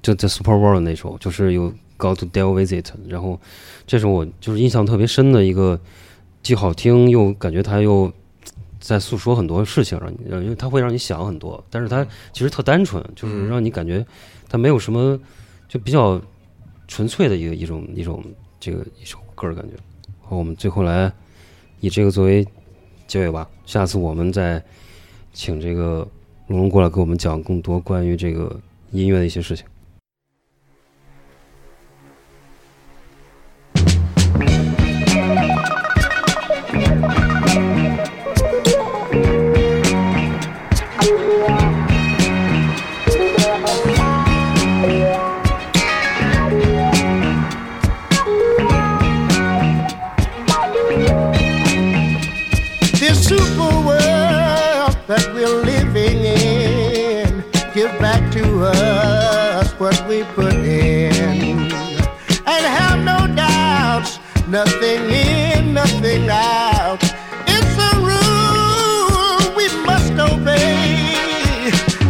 C: 就在 Super Bowl 的那首，就是有 Got to Deal with It，然后这是我就是印象特别深的一个，既好听又感觉它又在诉说很多事情，让你呃因为它会让你想很多，但是它其实特单纯，就是让你感觉它没有什么就比较纯粹的一个一种一种这个一首歌的感觉。好，我们最后来以这个作为结尾吧，下次我们再请这个龙龙过来给我们讲更多关于这个音乐的一些事情。
B: This super world that we're living in, give back to us what we put in. And have no doubts, nothing in, nothing out. It's a rule we must obey.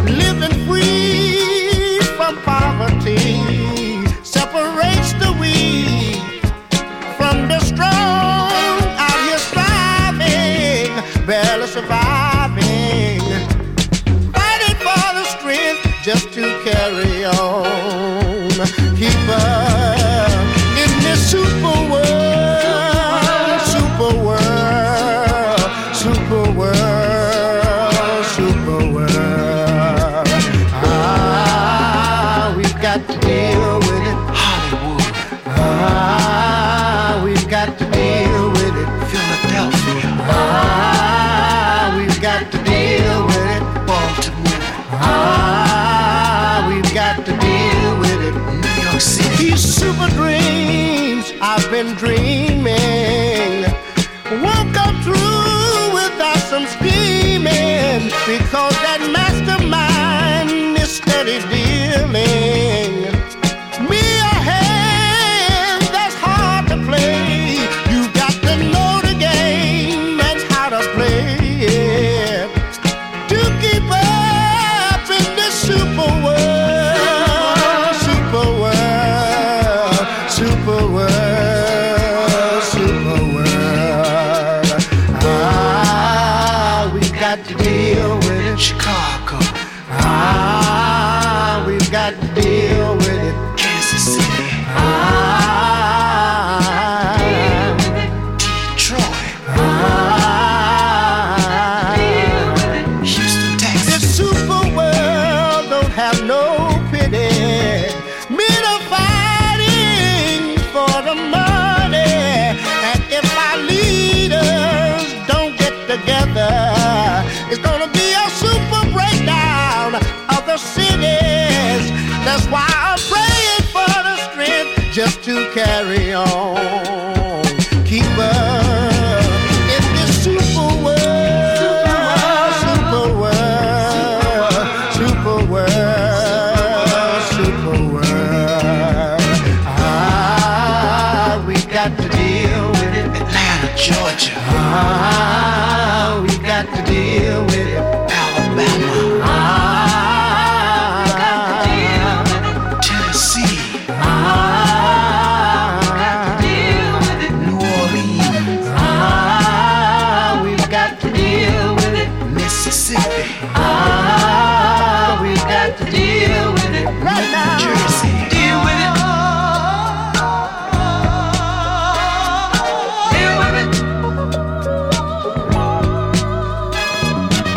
B: Living free from poverty separates the weak from the strong out here striving, barely surviving, fighting for the strength just to carry on. Keep up in this super world, super world, super world, super world. Ah, we've got to deal with it. Ah, we've got to deal with it. Philadelphia. Ah, we've got to deal with it. Baltimore. Ah, we've got to deal with it. New York City. These super dreams I've been dreaming won't come true without some scheming because that mastermind is steady dealing. Me a hand that's hard to play. You got to know the game and how to play it. To keep up in this super world, super world, super world, super world. Ah, we got to deal with it. Chicago. Ah, we've got to deal with it. Kansas City. Ah, Detroit. Ah, Houston, Texas. This super world don't have no pity. Men are fighting for the money, and if our leaders don't get together, it's gonna be a super breakdown of the cities. That's why I'm praying for the strength just to carry on. Keep up. in this super world, super world, super world, super world. Ah, we got to deal with it. Atlanta, Georgia. Ah, we got to deal with it. Alabama. Ah, we got to deal with it. Tennessee. Ah, we got to deal with it. New Orleans. Ah, we got to deal with it. Mississippi. Ah, we got to deal with it. Right now. Jersey. Deal with it. Deal with it.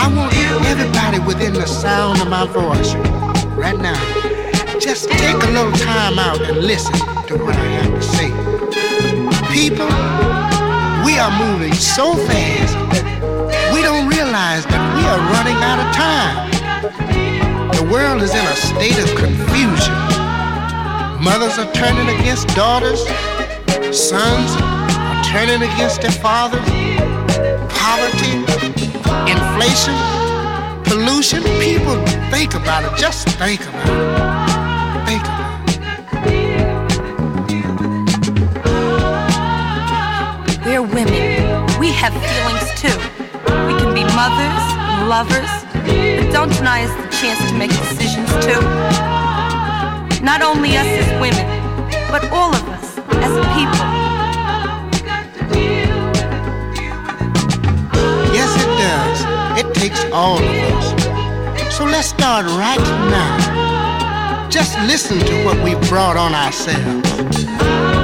B: I want everybody within the sound of my voice right now. Just take a little time out and listen to what I have to say. People, we are moving so fast that we don't realize that we are running out of time. The world is in a state of confusion. Mothers are turning against daughters, sons are turning against their fathers, poverty, inflation, pollution. People think about it. Just think about it. Think about
I: We're women. We have feelings too. We can be mothers, lovers, but don't deny us the chance to make decisions too. Not only us as women, but all of us as a people.
B: Yes, it does. It takes all of us. So let's start right now. Just listen to what we've brought on ourselves.